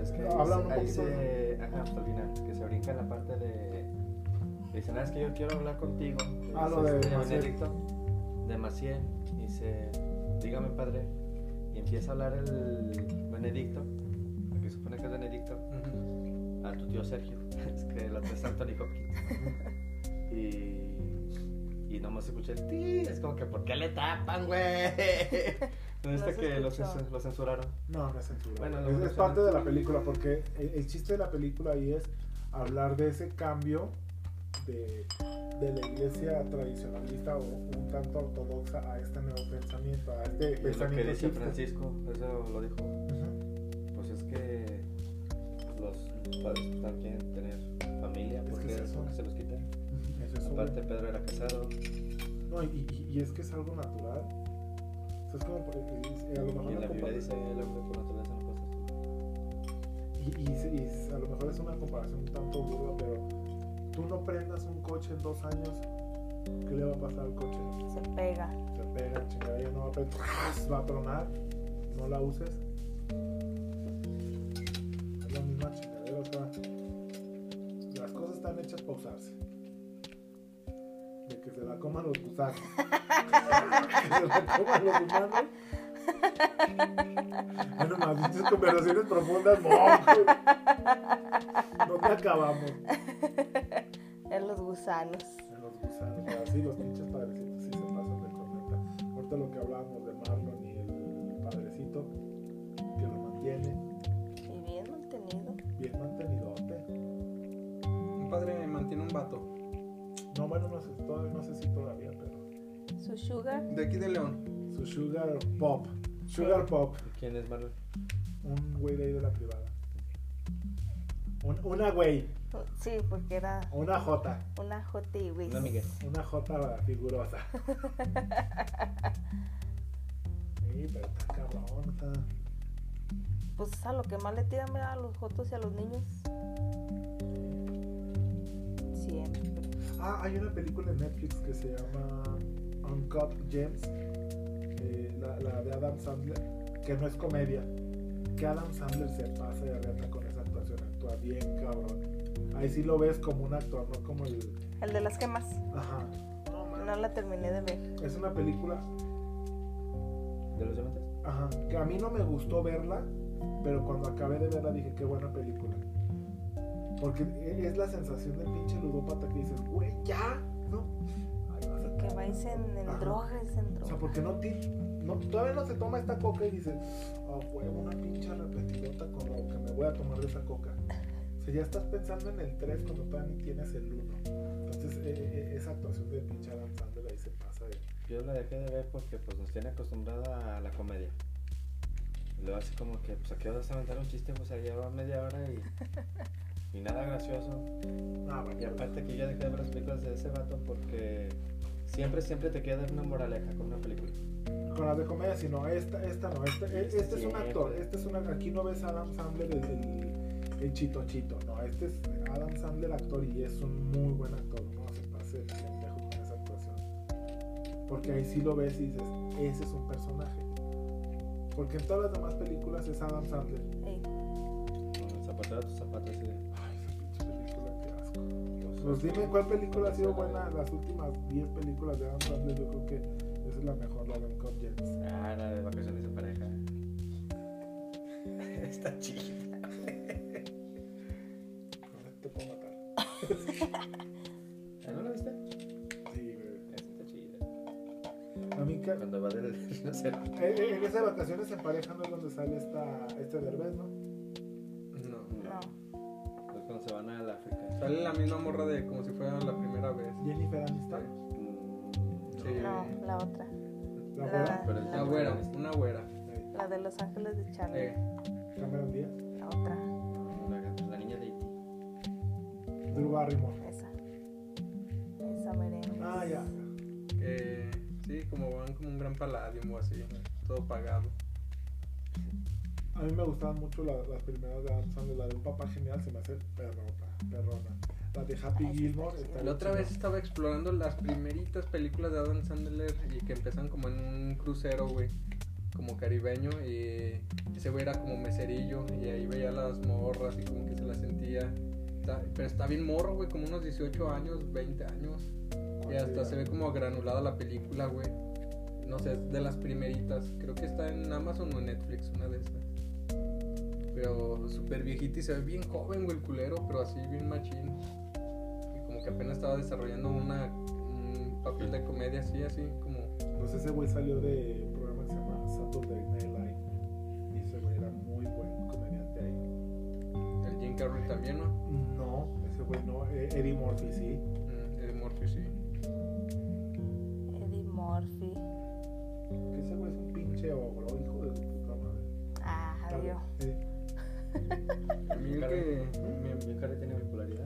Es que
Pero hablan un
ahí
poquito,
se. Ajá, hasta el final. Que se brinca en la parte de. le Dicen, ah, es que yo quiero hablar contigo. Le
Ah, lo
dice,
de
este,
Maciel.
Benedicto, De Maciel. Y Dice, dígame, padre. Y empieza a hablar el Benedicto. Que supone que es Benedicto.
Ujú.
a tu tío Sergio, es que la tres Anthony Hopkins. Y, y nomás escuché el ti, es como que ¿por qué le tapan, güey? No
No
es
se
que lo,
escuchó.
cens- lo censuraron.
No, no es censura.
Bueno,
Es-
lo
es,
mencionaste.
parte de la película, porque el, el chiste de la película ahí es hablar de ese cambio de, de la iglesia tradicionalista o un tanto ortodoxa a este nuevo pensamiento, a este
Y es lo que
pensamiento.
dice
hipster.
Francisco, eso lo dijo.
Ujú.
Pues es que los padres también quieren tener familia,
Es que
porque
es
es
eso.
lo que se los quita.
Eso es un-
Aparte, Pedro era casado.
No, y, y- y es que es algo natural. O sea, es como, por- eh, a lo mejor
Y en
la
la Biblia
compara-
dice: el hombre por naturaleza no puede ser".
Y, y se- y se- a lo mejor es una comparación un tanto burda, pero tú no prendas un coche en dos años, ¿qué le va a pasar al coche?
Se pega.
Se pega, chingadera, no va a prender, ¡ras! va a tronar, no la uses. Es la misma chingadera, o sea, las cosas están hechas para usarse. De que se la coman los gusanos. que se la coman los humanos. Bueno, más dices conversaciones profundas, no. güey. No te acabamos.
En los gusanos.
En los gusanos, pero sí, los pinches padrecitos sí se pasan de corneta. Ahorita lo que hablábamos de Marlon y el padrecito, que lo mantiene
Y bien mantenido.
bien mantenidote.
Un padre mantiene un vato.
No, bueno, no sé, todavía, no sé si todavía, pero.
Su sugar.
De aquí de León.
Su Sugar Pop. Sugar Pop,
¿Y ¿Quién es Marlon?
un güey de ahí de la privada. Un- una güey,
Sí, porque era
una J,
una J. Wiz.
Una amiga.
una J figurosa. Sí, pero está cabrón, está.
Pues es a lo que más le tiran mira, a los jotos y a los niños. Siempre.
Ah, hay una película en Netflix que se llama Uncut Gems, eh, la, la de Adam Sandler, que no es comedia. Que Adam Sandler se pasa de verga con esa actuación, actúa bien cabrón. Ahí sí lo ves como un actor, no como el.
El de las gemas.
Ajá. No, man.
No la terminé de ver.
Es una película
¿De los diamantes?
ajá, que a mí no me gustó verla, pero cuando acabé de verla dije, qué buena película. Porque e- es la sensación del pinche ludópata que dices, güey, ya, no. Ay, vas a
Que vais en, en
Ajá.
drogas, en
O sea,
drogas.
porque no, ti- no todavía no se toma esta coca y dice, oh, huevo, una pinche repetidota con lo que me voy a tomar de esa coca. O sea, ya estás pensando en el 3 cuando todavía ni tienes el 1. Entonces, eh, eh, esa actuación del pinche Adam Sandler ahí se pasa de...
Yo la dejé de ver porque pues nos tiene acostumbrada a la comedia. Y luego así como que, pues a qué hora se aventar un chiste, pues allá va media hora y, y nada gracioso.
Ah, bueno,
Y aparte que yo dejé de ver las películas de ese vato porque siempre, siempre te queda una moraleja con una película.
con las de comedia, sino esta, esta no, esta- e- este, es un
Siempre.
actor, este es un ac- aquí no ves a Adam Sandler el, el- el chito chito, no, este es Adam Sandler actor y es un muy buen actor, no se pase de pendejo con esa actuación, porque ahí sí lo ves y dices, ese es un personaje, porque en todas las demás películas es Adam Sandler,
Ey,
Con el zapatero a tus zapatos así de...
ay, esa pinche película, qué asco.
pues,
Pues dime cuál película ha sido buena, las últimas 10 películas de Adam Sandler, yo creo que esa es la mejor, la de Uncut Gems.
Ah, la de vacaciones en pareja. Está chida.
Te puedo matar.
¿Ah, ¿No la viste?
Sí, güey.
Está chida.
A mí que-
Cuando va del rinoceronte.
Eh, eh, en esas vacaciones en pareja no es donde sale esta, este Derbez, ¿no?
No.
no.
Es Pues cuando se van al África.
Sale la misma morra de como si fuera la primera vez.
Jennifer Aniston.
Mm,
Sí.
No, la otra.
La abuela,
La,
Pero es
La
la-
güera, una güera.
la de Los Ángeles de Charlie.
Eh,
Cameron Díaz,
La otra,
La, la niña de Haití.
Drew Barrymore.
esa. Esa merengue.
Ah, ya.
que sí, como van como un gran palladium o así, todo pagado.
A mí me gustaban mucho la- las primeras de Adam Sandler. La de Un Papá Genial se me hace perrota, perrona. La de Happy
Ah, sí,
Gilmore.
sí.
está
La otra
chida.
vez estaba explorando las primeritas películas de Adam Sandler y que empiezan como en un crucero, güey, como caribeño y ese güey era como meserillo y ahí veía las morras y como que se las sentía. Está- pero está bien morro, güey, como unos 18 años, 20 años. Y hasta se ve como granulada la película, güey. No sé, es de las primeritas. Creo que está en Amazon o en Netflix, una de estas. Pero súper viejita y se ve bien joven, güey, el culero, pero así bien machín. Y como que apenas estaba desarrollando una, un papel de comedia así, así, como...
Pues ese güey salió de un programa que se llama Saturday Night Live. Y ese güey era muy buen comediante ahí.
El Jim Carrey también, ¿no?
No, ese güey no. eh, Eddie Murphy, sí.
Mm, Eddie Murphy, sí.
Eddie Murphy.
Que ese güey es un pinche ogro, hijo de su puta madre.
Ah,
Está bien,
adiós.
sí.
A mí el que me,
Mi cara tiene bipolaridad.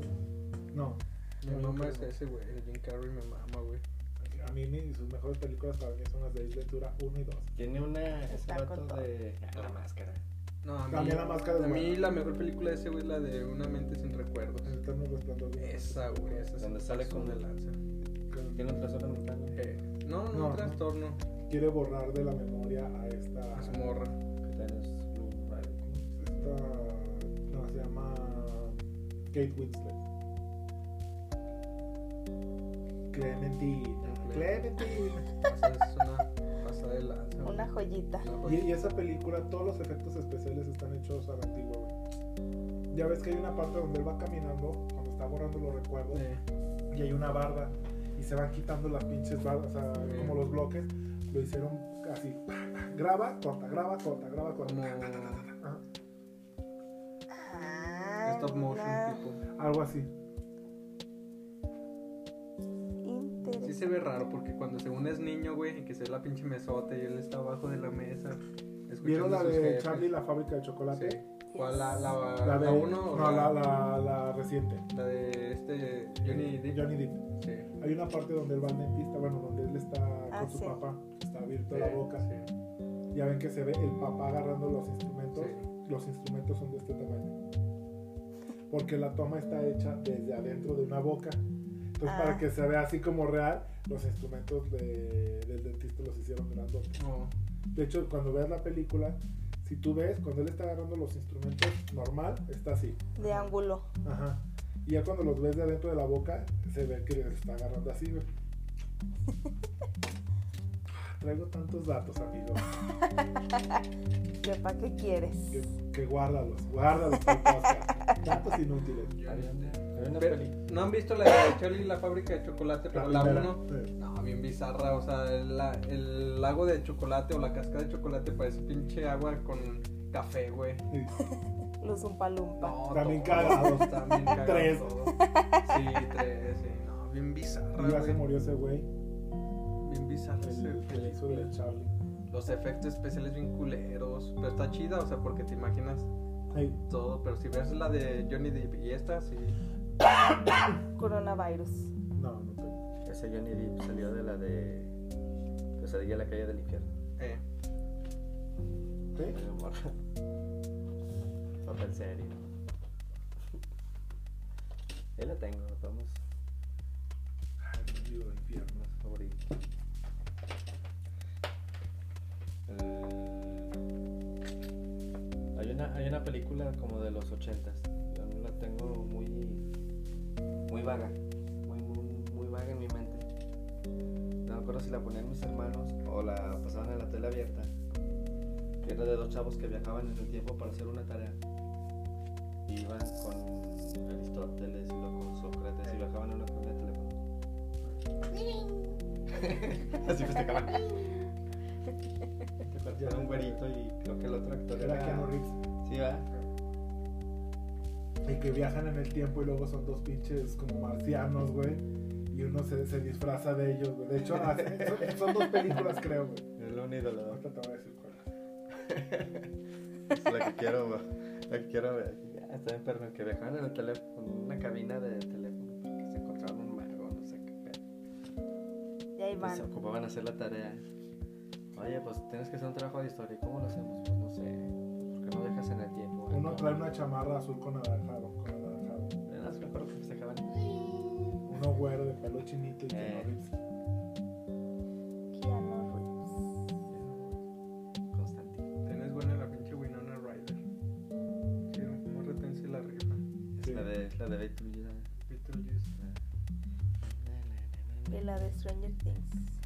No.
me mama es ese, güey. El Jim Carrey me mama, güey.
A mí mi- sus mejores películas para mí son las de Isla Ventura 1 y 2.
Tiene una. Ese
Está
vato
con todo.
de. Ah, la máscara.
No, a mí,
También la máscara es
a mí
buena.
la mejor película de ese, güey, es la de Una mente sin recuerdos.
El eterno resplandor de una
Esa, güey, esa es
Donde sale
con
con-
de lanza.
mente sin
Tiene
recuerdo.
otra sola montaña.
Eh, no, no,
No,
un
no.
trastorno.
Quiere borrar de la memoria a esta.
Es morra.
Que tiene su radio.
Esta. No, se llama. Kate Winslet. Clementine. Clementine.
Esa es una pasada de lanza. güey.
Una joyita.
Una
Y,
joya.
y esa película, todos los efectos especiales están hechos a la antigua, güey. Ya ves que hay una parte donde él va caminando, cuando está borrando los recuerdos,
Eh,
y hay una barda, y se van quitando las pinches bardas, o sea,
Sí.
como los bloques, lo hicieron así, pa, pa, graba, corta, graba, corta, graba, corta.
Como-
ta, ta, ta, ta, ta, ajá,
Ah,
stop motion,
mira.
tipo.
Algo así.
Sí
Interesante.
se ve raro porque cuando según es niño, güey, que se ve la pinche mesota y él está abajo de la mesa. Escuchando
¿Vieron la
a sus
de
jefes.
Charlie y la fábrica de chocolate?
Sí. ¿Cuál? ¿La, la, la,
de,
uno o
no, la, la, la reciente. Eh,
la de este Johnny Depp?
Johnny Depp.
Sí.
Hay una parte donde él va al dentista, bueno, donde él está
Ah,
con su
sí.
papá, está abierto la
Sí,
boca.
sí,
Ya ven que se ve el papá agarrando los instrumentos.
sí.
Los instrumentos son de este tamaño. Porque la toma está hecha desde adentro de una boca. Entonces,
Ah.
para que se vea así como real, los instrumentos de- del dentista los hicieron grandotes.
No,
De hecho, cuando veas la película, si tú ves, cuando él está agarrando los instrumentos normal, está así.
De ángulo.
Ajá. Y ya cuando los ves de adentro de la boca, se ve que les está agarrando así, güey. Traigo tantos datos, amigo,
¿Qué para qué quieres?
que, que guárdalos, guárdalos para el podcast. Datos inútiles.
Johnny
Había una-
Depp.
había una
Pero,
peli-
¿No han visto la de Charlie y la fábrica de chocolate? Pero la
primera.
1
Sí.
No, bien bizarra, o sea, el, la- el lago de chocolate o la cascada de chocolate parece pinche agua con café, güey.
Sí.
Luz un palumpa.
No,
También
todos,
cagados.
También cagados.
Tres.
todos. Sí, tres, sí, no, bien bizarra,
Y ya se
güey.
murió ese güey,
Bien bizarra esa
el que le hizo
película.
de Charlie.
Los efectos especiales bien culeros, pero está chida, o sea, porque te imaginas
Ay,
todo, pero si ves la de Johnny Depp y esta, sí.
Coronavirus.
no, no tengo.
Ese Johnny Depp salió de la de. Pesadilla en la calle del infierno.
Eh,
¿Qué?
Ay, amor. Papel serio. Ahí la tengo, vamos.
Ay, no digo de infierno.
Más favorito. El- Eh, Hay una, hay una película como de los ochentas. Yo no la tengo muy. muy vaga. Muy, muy, muy vaga en mi mente. No me acuerdo si la ponían mis hermanos o la pasaban en la tele abierta. Que era de dos chavos que viajaban en el tiempo para hacer una tarea. Iban con Aristóteles y luego con Sócrates y viajaban en una comida de teléfono. Así festejaban. Era un güerito y creo que el otro actor
Era Keanu Reeves.
Sí, ¿verdad?
Y que viajan en el tiempo y luego son dos pinches como marcianos, güey. Y y uno se, se disfraza de ellos, güey. De hecho, hace- son, son dos películas, creo, güey.
Es la única la,
Ahorita te voy a decir cuál.
es la que quiero, güey. La que quiero ver.
Ya, está bien, pero que viajaban en el teléfono, en una cabina de teléfono, que se encontraban un mago, no sé qué pedo.
Y ahí
Y se
van.
ocupaban a hacer la tarea. Oye, pues tienes que hacer un trabajo de historia. ¿Y cómo lo hacemos? Pues no sé. ¿Por qué no dejas en el tiempo? güey?
Uno trae una chamarra azul con anaranjado, con anaranjado.
Era me acuerdo que festejaban.
Uno güero de pelo chinito y
Eh.
que
Keanu Reeves.
Constantino.
Tenés buena la pinche Winona Ryder. Sí, como retense la rifa.
Es
Sí.
la de, es la de Beetlejuice. ¿eh?
Beetlejuice.
Y la de Stranger Things.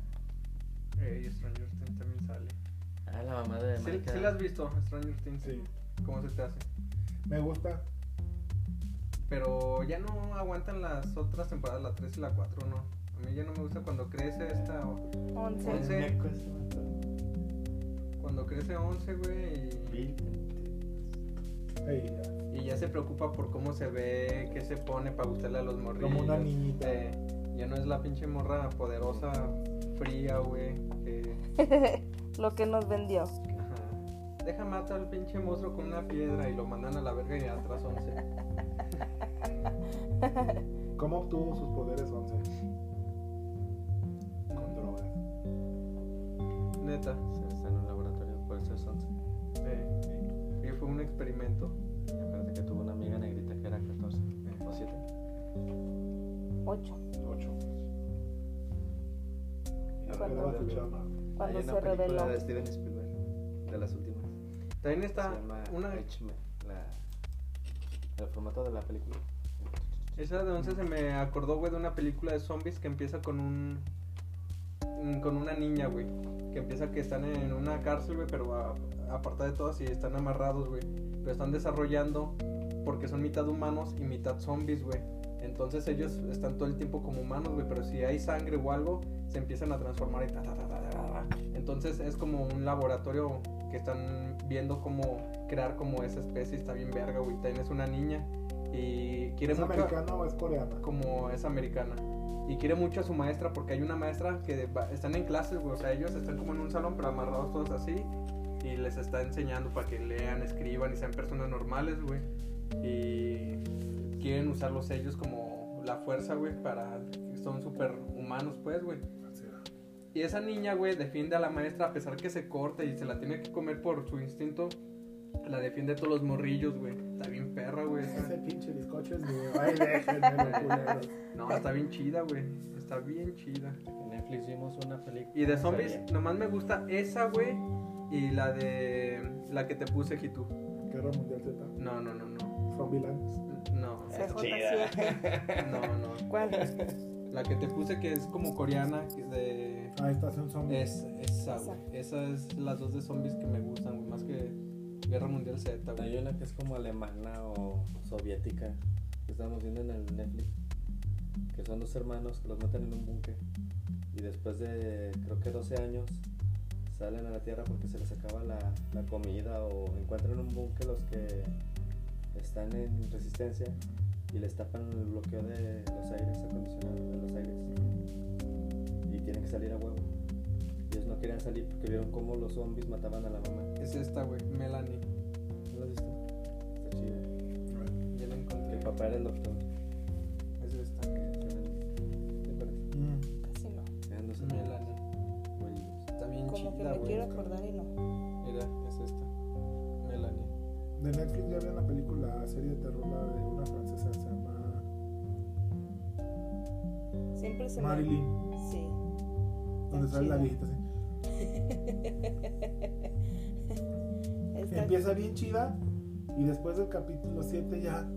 Ey, Eh, Stranger Things también sale.
Ah, la mamá de
¿Sí,
Marika.
sí la has visto, Stranger Things?
Sí.
¿Cómo se te hace?
Me gusta.
Pero ya no aguantan las otras temporadas, la 3 y la 4, no. A mí ya no me gusta cuando crece esta.
11.
Once.
El meco ese, vato.
Cuando crece 11, güey.
Bill.
Ey, ya.
Y, y ya se preocupa por cómo se ve, qué se pone para gustarle a los morrillos.
Como una niñita.
Eh, ya no es la pinche morra poderosa, fría, güey. que-
Lo que nos vendió.
Ajá. Deja matar al pinche monstruo con una piedra y lo mandan a la verga y atrás 11.
¿Cómo obtuvo sus poderes 11? Con drogas.
Neta.
Se está en un laboratorio, por eso es 11.
eh, Y fue un experimento.
Y acuérdate que tuvo una amiga negrita que era 14 o 7.
8.
8.
Cuando- Cuando
Hay
se
una película
reveló.
de Steven Spielberg, de las últimas.
También está
se llama
una.
Watchmen, la, el formato de la película.
Esa de 11 se me acordó, güey, de una película de zombies que empieza con un. un- con una niña, güey. Que empieza que están en una cárcel, güey, pero a- apartada de todas y están amarrados, güey. Pero están desarrollando porque son mitad humanos y mitad zombies, güey. Entonces ellos están todo el tiempo como humanos, güey, pero si hay sangre o algo, se empiezan a transformar y ta, ta, ta, ta, ta, ta. Entonces es como un laboratorio que están viendo cómo crear como esa especie, está bien verga, güey. También es una niña y quiere
¿Es
mucho
americana o es coreana?
como es americana. Y quiere mucho a su maestra porque hay una maestra que va- están en clases, güey. O sea, ellos están como en un salón, pero amarrados todos así. Y les está enseñando para que lean, escriban y sean personas normales, güey. Y quieren usar los sellos como la fuerza, güey, para... Son súper humanos, pues, güey. Y esa niña, güey, defiende a la maestra a pesar que se corta y se la tiene que comer por su instinto. La defiende de todos los morrillos, güey. Está bien perra, güey. esa.
Ese pinche bizcocho es mío. Ay, déjenme, culeros.
No, está bien chida, güey. Está bien chida.
En Netflix vimos una película.
Y de zombies,
serie.
nomás me gusta esa, güey. Y la de. La que te puse, Hitu.
Guerra Mundial Z.
No, no, no, no.
Zombieland.
No,
CJ7.
no, no.
¿Cuál?
La que te puse que es como coreana, que es de.
Ah, estación zombie.
Es esa, güey. Esa es las dos de zombies que me gustan, güey. Más que Guerra Mundial Z,
Hay
güey.
una que es como alemana o soviética que estamos viendo en el Netflix. Que son dos hermanos que los matan en un búnker. Y después de creo que 12 años salen a la tierra porque se les acaba la, la comida o encuentran un búnker los que están en resistencia y les tapan el bloqueo de los aires acondicionados de los aires. Y tienen que salir a huevo. Y ellos no querían salir porque vieron cómo los zombies mataban a la mamá.
Es esta, güey. Melanie.
¿No lo has visto? Está chido.
Ya la
El
encontré.
papá era el doctor.
Es esta.
Mm.
Casi no.
Eran dos hermanos.
Melanie.
güerillos.
Está bien
Mm. Como que
chida,
me
güey.
quiero acordar y no.
Mira, es esta. Melanie.
De Netflix ya había la película, serie de terror, la de una francesa, se llama
Siempre se me-
Marilyn,
Sí.
donde sale la
chida.
viejita así.
Está
Empieza bien chida y después del capítulo 7 ya,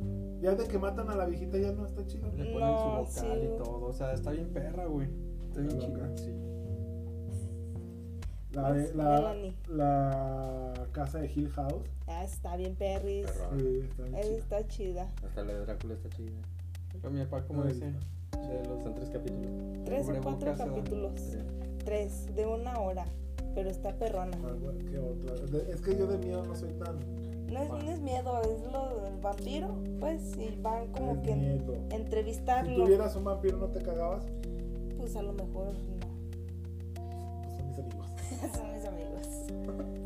ya de que matan a la viejita ya no está chido.
Le ponen
No,
su vocal
sí.
y todo. O sea, está bien perra, güey. Está bien
Está loca.
chida. Sí.
La, de- la,
Pues, Melanie.
la casa de Hill House.
Ah, está bien, Perris.
Perrón.
eh, está bien
Esa
chida.
está chida.
Hasta la de Drácula está chida.
Pero mi papá, como
Ahí
dice, de los
Son tres capítulos.
Tres o cuatro
Cubrebocas, ¿verdad?
capítulos.
Sí.
Tres, de una hora. Pero está perrona.
Ah, bueno, ¿qué otra? De- Es que yo de miedo no soy tan.
No es, no es miedo, es lo del vampiro. Pues, y van como
es
que
miedo. Si
entrevistarlo.
tuvieras un vampiro, ¿no te cagabas?
pues a lo mejor no.
pues,
Son mis amigos.
Son mis amigos.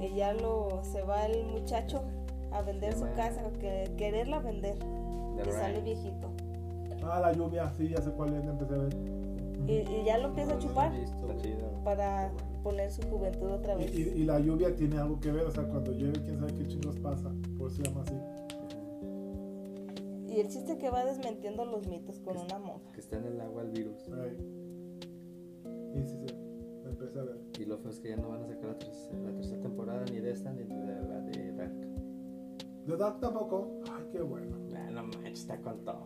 Y ya lo, se va el muchacho a vender su
Bueno.
casa, que, quererla vender.
The
Y sale
Ranch.
viejito.
Ah, la lluvia, sí, ya sé cuál es, la empecé a ver. Mm.
Y, y ya lo empieza a chupar
Está chido.
para poner su juventud otra
Y,
vez.
y- y la lluvia tiene algo que ver, o sea, cuando llueve, quién sabe qué chingos pasa, por eso se llama así.
Y el chiste que va desmintiendo los mitos con una monja.
Que está en el agua el virus.
Ahí. Y sí, sí, la empecé a ver.
Y lo feo es que ya no van a sacar la, tercera- la tercera temporada ni de esta ni de la de Dark.
The Dark tampoco, ay, qué bueno.
Ah, no manches, está con todo.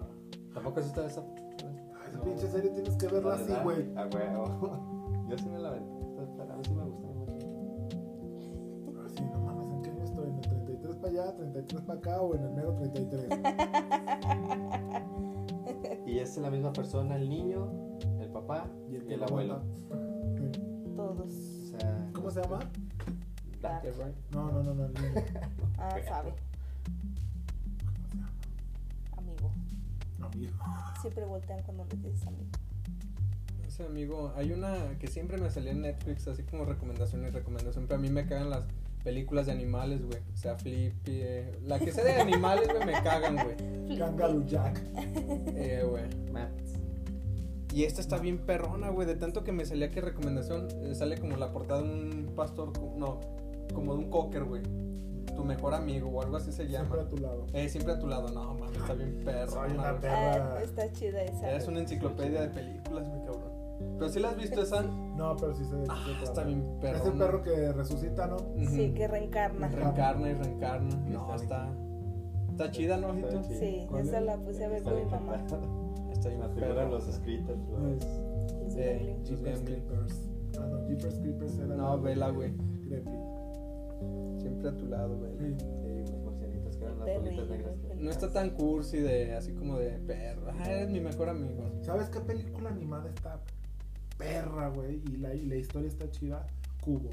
Tampoco es esta esa.
Ay, esa pinche serie tienes que verla así, güey.
A huevo. Yo sí me la aventé. A mí sí me gusta mucho.
Pero sí, no mames, ¿en qué año estoy? ¿En el 33 para allá, 33 para acá o en el mero 33?
Eh.
Y es la misma persona, el niño, el papá y el,
que lo
abuelo.
aguanta. Sí.
O
Todos.
sea,
¿Cómo se llama?
Dark.
Qué bueno.
No, no, no, no, el niño.
Ah, sabe,
¿Cómo se llama?
amigo.
No, amigo.
Siempre voltean cuando les dices amigo.
Ese amigo, hay una que siempre me salía en Netflix, así como recomendación y recomendación, pero a mí me cagan las películas de animales, güey. O sea, Flippy, eh, la que sea de animales, güey, me cagan, güey.
Kangaroo Jack.
Eh, güey.
Maps.
Y esta está bien perrona, güey. De tanto que me salía que recomendación, eh, sale como la portada de un pastor, co- no, como de un cocker, güey. Tu mejor amigo o algo así se
Siempre
llama.
a tu lado.
Eh, siempre a tu lado, no, mames, está bien
Soy una
perrona, güey.
Ah,
Perra.
está chida esa.
Es una enciclopedia de películas, mi cabrón. Pero si la has visto esa,
No, pero sí se ve.
Ah, está bien perrona.
Es el perro que resucita, ¿no?
Ujú.
Sí, que reencarna.
Reencarna y reencarna.
Está
No, está. Está chida, ¿no, ojito?
Está chida.
Sí,
¿Cuál
esa
es?
la puse Pues, a ver con mi mamá.
Está
Me
bien
figuran
perro.
los escritos.
Es
Es
Eh,
horrible.
Jeepers
Gremlin.
Creepers. Ah, no, Jeepers Creepers era.
No,
la-
vela, güey.
Gremlin.
Siempre a tu lado, güey.
Sí.
Sí, eh, los marcianitos que eran las bolitas negras.
No está tan cursi de así como de perro. Ah, eres mi mejor amigo.
¿Sabes qué película animada está perra, güey? Y la, y la historia está chida. Cubo.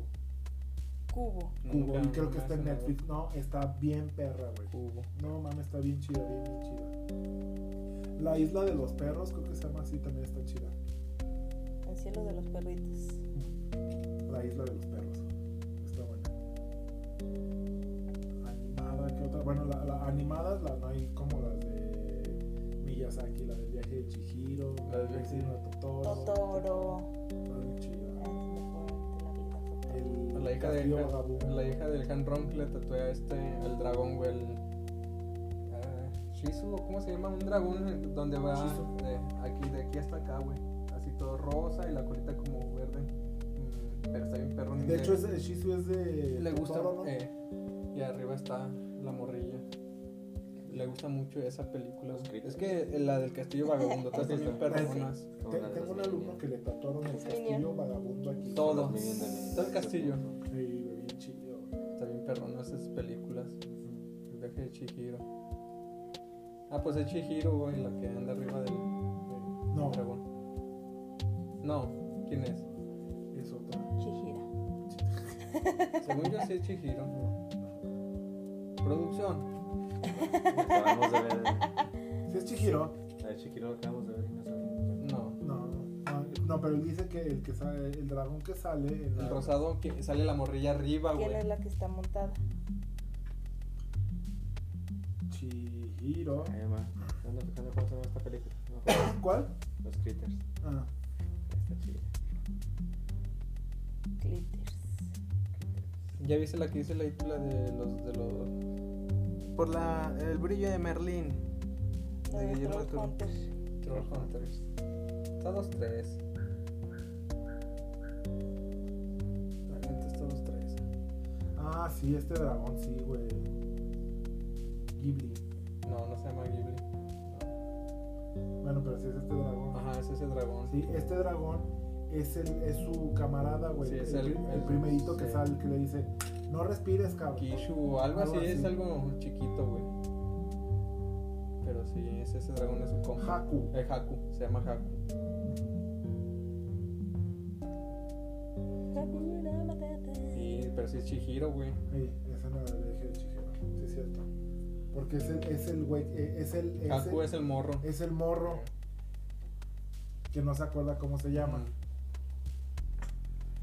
Cubo.
Cubo.
Nunca-
y creo que
nunca
está en
se me hago.
Netflix. No, está bien perra, güey.
Cubo.
No, mames, está bien chida, bien, bien chida. La isla de los perros, creo que se llama así, también está chida.
El cielo de los perritos.
La isla de los perros. Está buena. Animada, ¿qué otra? Bueno, la, la- animadas la, no hay como las de Miyazaki, la del viaje de Chihiro,
La
el
del viaje
vecino de Totoro.
Totoro.
Está bien chida.
Es mejor de la vida.
El
La hija, de,
castillo vagabundo.
la hija del Han Ronk le tatué a este, el dragón, güey. El, ah, Shizu, ¿o ¿cómo se llama? Un dragón donde va
Ah, Shizu.
de aquí, de aquí hasta acá, güey. Así todo rosa y la colita como verde. Mm, pero está bien perro.
De hecho, ese de Shizu es de
le gusta
Totoro, ¿no?
eh, y arriba está la morrilla le gusta mucho esa película güey.
Escrita.
es que la del castillo vagabundo todas
Ah,
están bien perronas
Como
Te-
la de
tengo
los
un alumno
Minions.
que le tatuaron el
Los
castillo
Minions.
vagabundo aquí.
todo
Los Minions de-
todo el castillo
Sí, güey, bien chido, güey.
está bien perrona esas películas el viaje de Chihiro ah pues es Chihiro güey la que anda arriba del
No,
dragón no quién es
es otra.
Chihira.
según yo sí es Chihiro producción
Acabamos de ver.
Si es Chihiro,
La de Shikiro acabamos de ver y no sabemos.
no
no, no, no, pero él dice que el que sale, el dragón que sale, en la-
el rosado que sale la morrilla arriba
¿Quién
güey
es la que está montada?
Chihiro.
Ay, mamá. Ando fijando cómo se llama esta película. No me acuerdo.
¿Cuál?
Los Critters.
Ah,
Está chida.
Clitters.
¿Ya viste la que dice la película de los de los por la el brillo de Merlín
La
de
de
Guillermo del
Troll
Toro.
Hunter.
Trollhunters? Está dos tres. La neta está dos tres.
ah, sí, este dragón, sí, güey. Ghibli.
No, no se llama Ghibli.
Bueno, pero sí es este dragón.
Ajá, es ese dragón.
Sí, este dragón es, el, es su camarada, güey.
Sí, es
el,
el-
pri- el
el-
primerito que
sí.
sale, que le dice, no respires, cabrón.
Kishu o algo así,
Algo así.
es algo chiquito, güey. Pero sí, es ese dragón es su compa.
Haku.
El Haku, se llama Haku.
Hakuna Matata.
Y, pero sí es Chihiro, güey.
Sí, esa no la dije de Chihiro. Sí, es cierto. Porque es el, es el güey, eh, es el... Es
Haku
el-
es el morro.
es el morro. que no se acuerda cómo se llama.
Mm.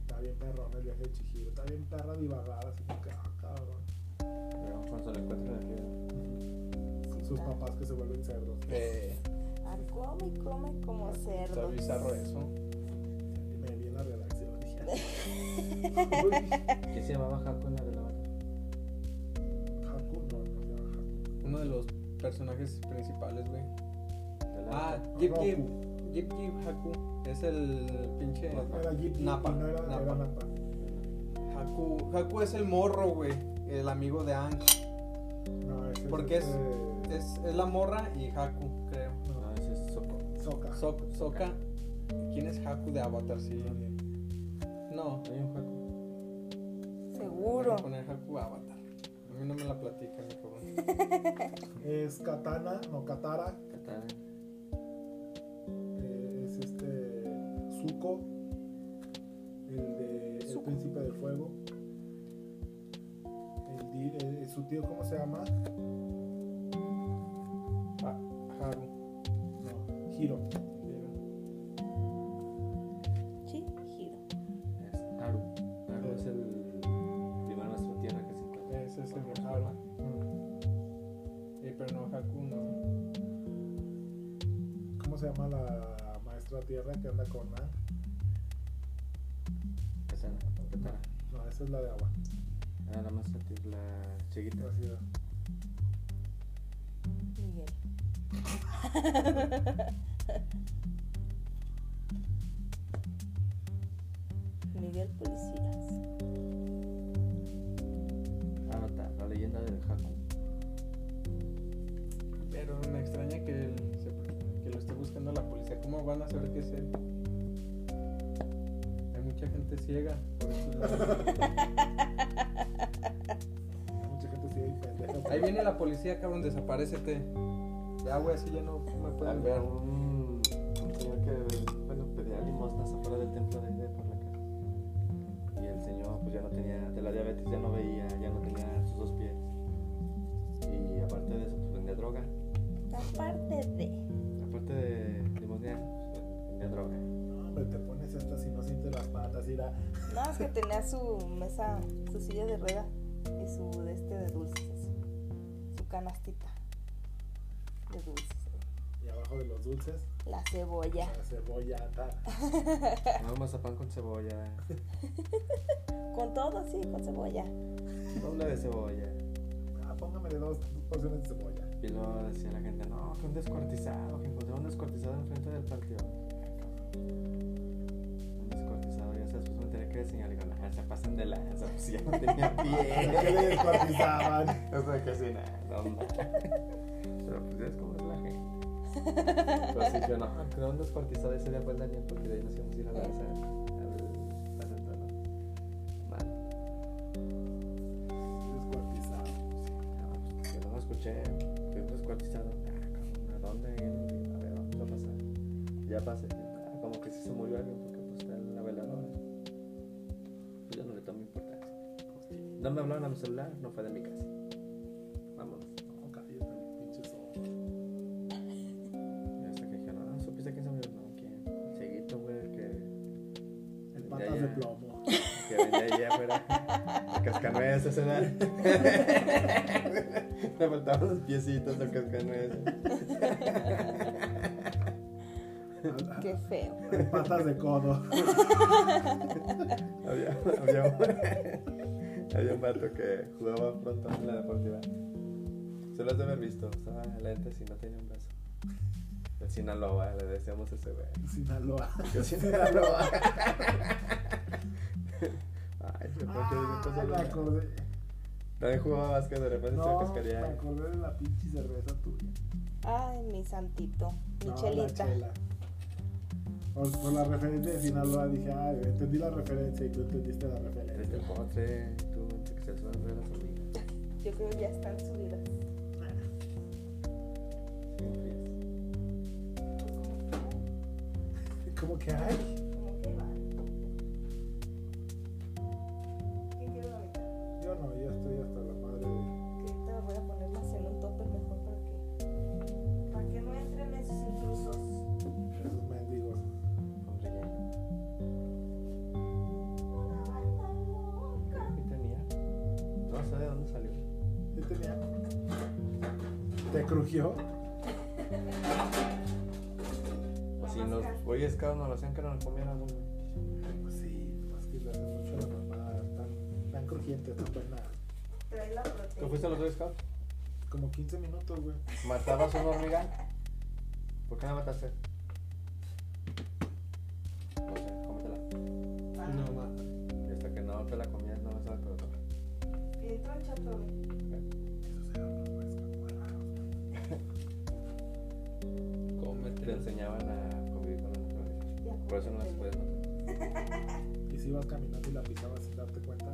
Está bien perrón el viaje de Chihiro, está bien perra divagada, así como que, ah, cabrón.
Pero cuando lo encuentren aquí.
Sus papás que se vuelven cerdos.
Eh,
Ah, come y come como
está
cerdo.
bizarro eso.
Y me vi en la redacción. dije,
¿Qué se llamaba Haku en la de la vaca?
Haku, no, no se llama Haku.
Uno de los personajes principales, güey.
De la
Ah,
vaca.
Jip Jip. Jip Jip Haku. Es el pinche.
Era Jeep,
Napa,
y no era
Napa.
era Napa.
Haku. Haku es el morro, güey. El amigo de Ang.
No, ese
Porque es-
este,
Es, es la morra y Haku, creo.
No, ese es Soko.
Soka.
So- Soka. ¿Quién es Haku de Avatar? Sí. No.
Hay un Haku.
Voy
Seguro.
a poner Haku Avatar. A mí no me la platica, mi cabrón.
Es Katana, no Katara.
Katana.
eh, es este. Zuko. El de. El
Zuko.
príncipe del fuego. El, di- eh, su tío, ¿cómo se llama?
Ha- Haru.
No, Hiro.
Chihiro.
Es Haru. Haru es el primero de nuestra tierra que se encuentra.
Ese es el Haru. Eh, pero no, Haku no.
¿Cómo se llama la maestra tierra que anda con Aang?
Katana. Katana.
No, esa es la de agua.
Ah, la más antes, la chiquita.
Así era.
Miguel. Miguel Policías.
Avatar, Ah, la leyenda del Haku.
Pero me extraña que, el- se- que lo esté buscando la policía. ¿Cómo van a saber que es él? Hay mucha gente ciega. Por eso
Hay Mucha gente sigue ahí pendeja.
Ahí viene la policía, cabrón, desaparecete. Ya, güey, así ya no me pueden
Había
ver.
un, un señor que bueno, pedía limosnas afuera del templo de, de Parlacas. Y el señor pues ya no tenía, de la diabetes ya no veía, ya no tenía sus dos pies. Y aparte de eso, pues vendía droga.
Aparte de.
Aparte de limosnear, pues, vendía droga.
No, hombre, te pones estas y no sientes las patas. Mira,
No, es que tenía su mesa, su silla de rueda y su de este de dulces. Su canastita de dulces.
y abajo de los dulces,
La cebolla.
la cebolla. ta.
No, mazapán con cebolla,
Con todo, sí, con cebolla.
doble de cebolla.
Ah, póngamele dos porciones de cebolla.
Y luego decía la gente, no, que un descuartizado, que encontré un descuartizado enfrente del panteón. Un descuartizado, ya sabes, pues me tenía que señalar, digo, "Nah, se pasan de lanza, pues ya no tenía
¿Para qué le
pie.
descuartizaban?
o sea, que sí, nada, no, no. Pero pues ya es como es la gente. Pero sí, yo no, que un descuartizado ese día fue el Daniel, porque de ahí nos íbamos a ir a lanza, al al centro, ¿no? Mal.
Descuartizado.
Yo no lo escuché, fui descuartizado. Ah, cabrón, ¿A dónde? A ver, ¿dónde va a pasar? Ya pasé. Ah, como que sí se murió alguien porque pues está en la veladora. Yo no le tomo importancia. No me hablaron a mi celular, no fue de mi casa. Vámonos.
No, cállate, pinche zorro.
Y hasta que dijeron, ah, ¿supiste quién se murió? No, ¿quién? El Cieguito, güey, el que.
El
Ya,
patas
ya.
de plomo.
que vendía ahí afuera. El cascanueces era. Le faltaban los piecitos al cascanueces.
Ah.
Qué feo.
El patas de codo.
Había, había, un, había un vato que jugaba pronto en la deportiva. Se las debe haber visto. Usaba lentes y no tenía un brazo. El Sinaloa, le decíamos ese güey.
Sinaloa.
Que Sinaloa. Ay, se
Ah, me
puede
acordé.
También jugaba básquet, de repente se
No, me
cascaría.
acordé de la pinche cerveza tuya.
Ay, mi santito. Mi
No,
chelita.
la chela. Por, por la referencia de Sinaloa dije, ah, entendí la referencia y tú entendiste la
Eres
referencia.
el este potre, tú, entre que se las van a ver a las hormigas.
Yo creo que ya están subidas.
Siempre es.
Como que, ay,
¿Cómo que van? ¿Qué quiero la mitad?
yo no, yo estoy hasta la madre de...
Que ahorita me voy a poner más en un tope mejor para que. Para que no entren esos intrusos.
Esos mendigos.
sé de dónde salió.
Yo tenía. ¿Te crujió?
O si los Boy Scouts nos lo hacían que nos lo comiéramos, güey.
Pues sí, es que las mucho la mamá tan, tan crujiente, tan buena.
Trae la proteína.
¿Tú fuiste a los Boy Scouts?
Como 15 minutos, güey.
¿Matabas a una hormiga? ¿Por qué la mataste? No sé, cómetela.
Ah,
No, mata.
Y hasta que no te la comías, no vas a poder comer.
bien troncha, profe.
Te
Cómete.
enseñaban a convivir con la naturaleza.
Ya,
Por eso no las
cómetela.
puedes matar.
Y si ibas caminando y la pisabas sin darte cuenta.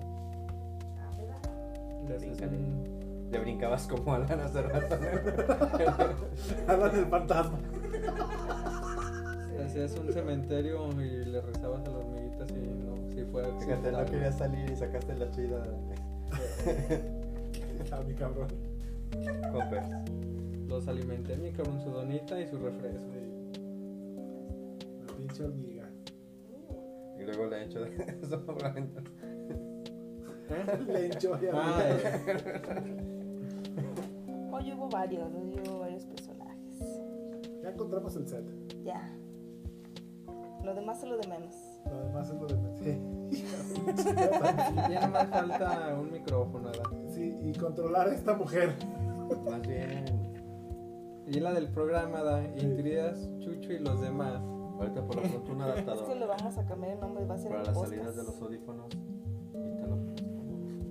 Ah, ¿verdad?
Le haces un-
Le brincabas como Alan hace rato.
Hablan del fantasma.
le hacías un cementerio y le rezabas a las hormiguitas y no, si fuera que
Fíjate, no
salga.
querías salir y sacaste la chida
A mi cabrón.
con Pers.
Los alimenté mi cabrón, su donita y su refresco.
La pinche hormiga.
Y luego le he hecho de eso por la ventana.
Le hinchó y
Ah,
arriba.
eh,
Hoy hubo varios, hoy hubo varios personajes.
Ya encontramos el set.
Ya. Lo demás es lo de menos.
Lo demás es lo de Sí.
ya no más falta un micrófono, ¿verdad?
Sí, y controlar a esta mujer.
Más bien,
Y la del programa, da
Sí.
Intridas, Chucho y los demás.
ahorita por lo pronto un
Es que le
adaptador
vamos a cambiar el nombre, va a ser
para
el
las
podcast.
salidas de los audífonos. Quítalo.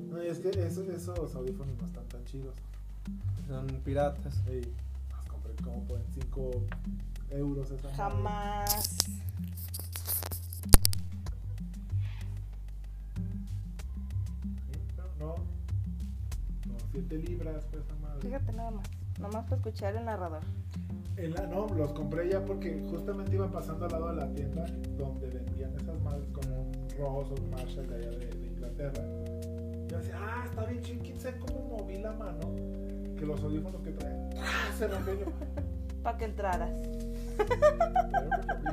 No, es que eso- esos audífonos no están tan chidos.
Son piratas.
Ey, los compré como por 5 euros esa madre.
Jamás.
Sí, pero no. No, 7 libras, pues esa madre.
Fíjate nada más. Nomás para escuchar el narrador.
En la- no, los compré ya porque justamente iba pasando al lado de la tienda donde vendían esas madres como un Ross o un Marshall de allá de, de Inglaterra. Y yo decía, ah, está bien chiquito, sé cómo moví la mano que los audífonos que traen ¡tra! se rompió yo.
Para que entraras.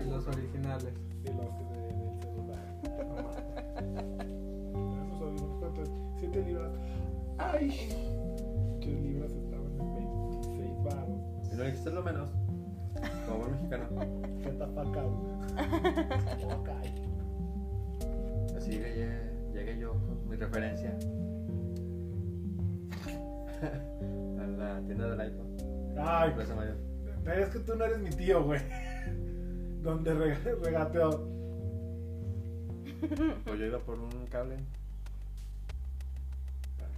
Y los originales.
Y los que de- del celular. No mames. Pero esos audífonos, ¿cuántos? 7 libras. ¡Ay! 8 libras estaban en 26 baros.
Y no dijiste lo menos. Como buen mexicano.
¿Qué tapa cabrón?
Así llegué, llegué yo con mi referencia a la tienda del iPhone.
Ay,
Plaza Mayor.
Pero es que tú no eres mi tío, güey. Donde re- regateó.
Pues yo iba por un cable.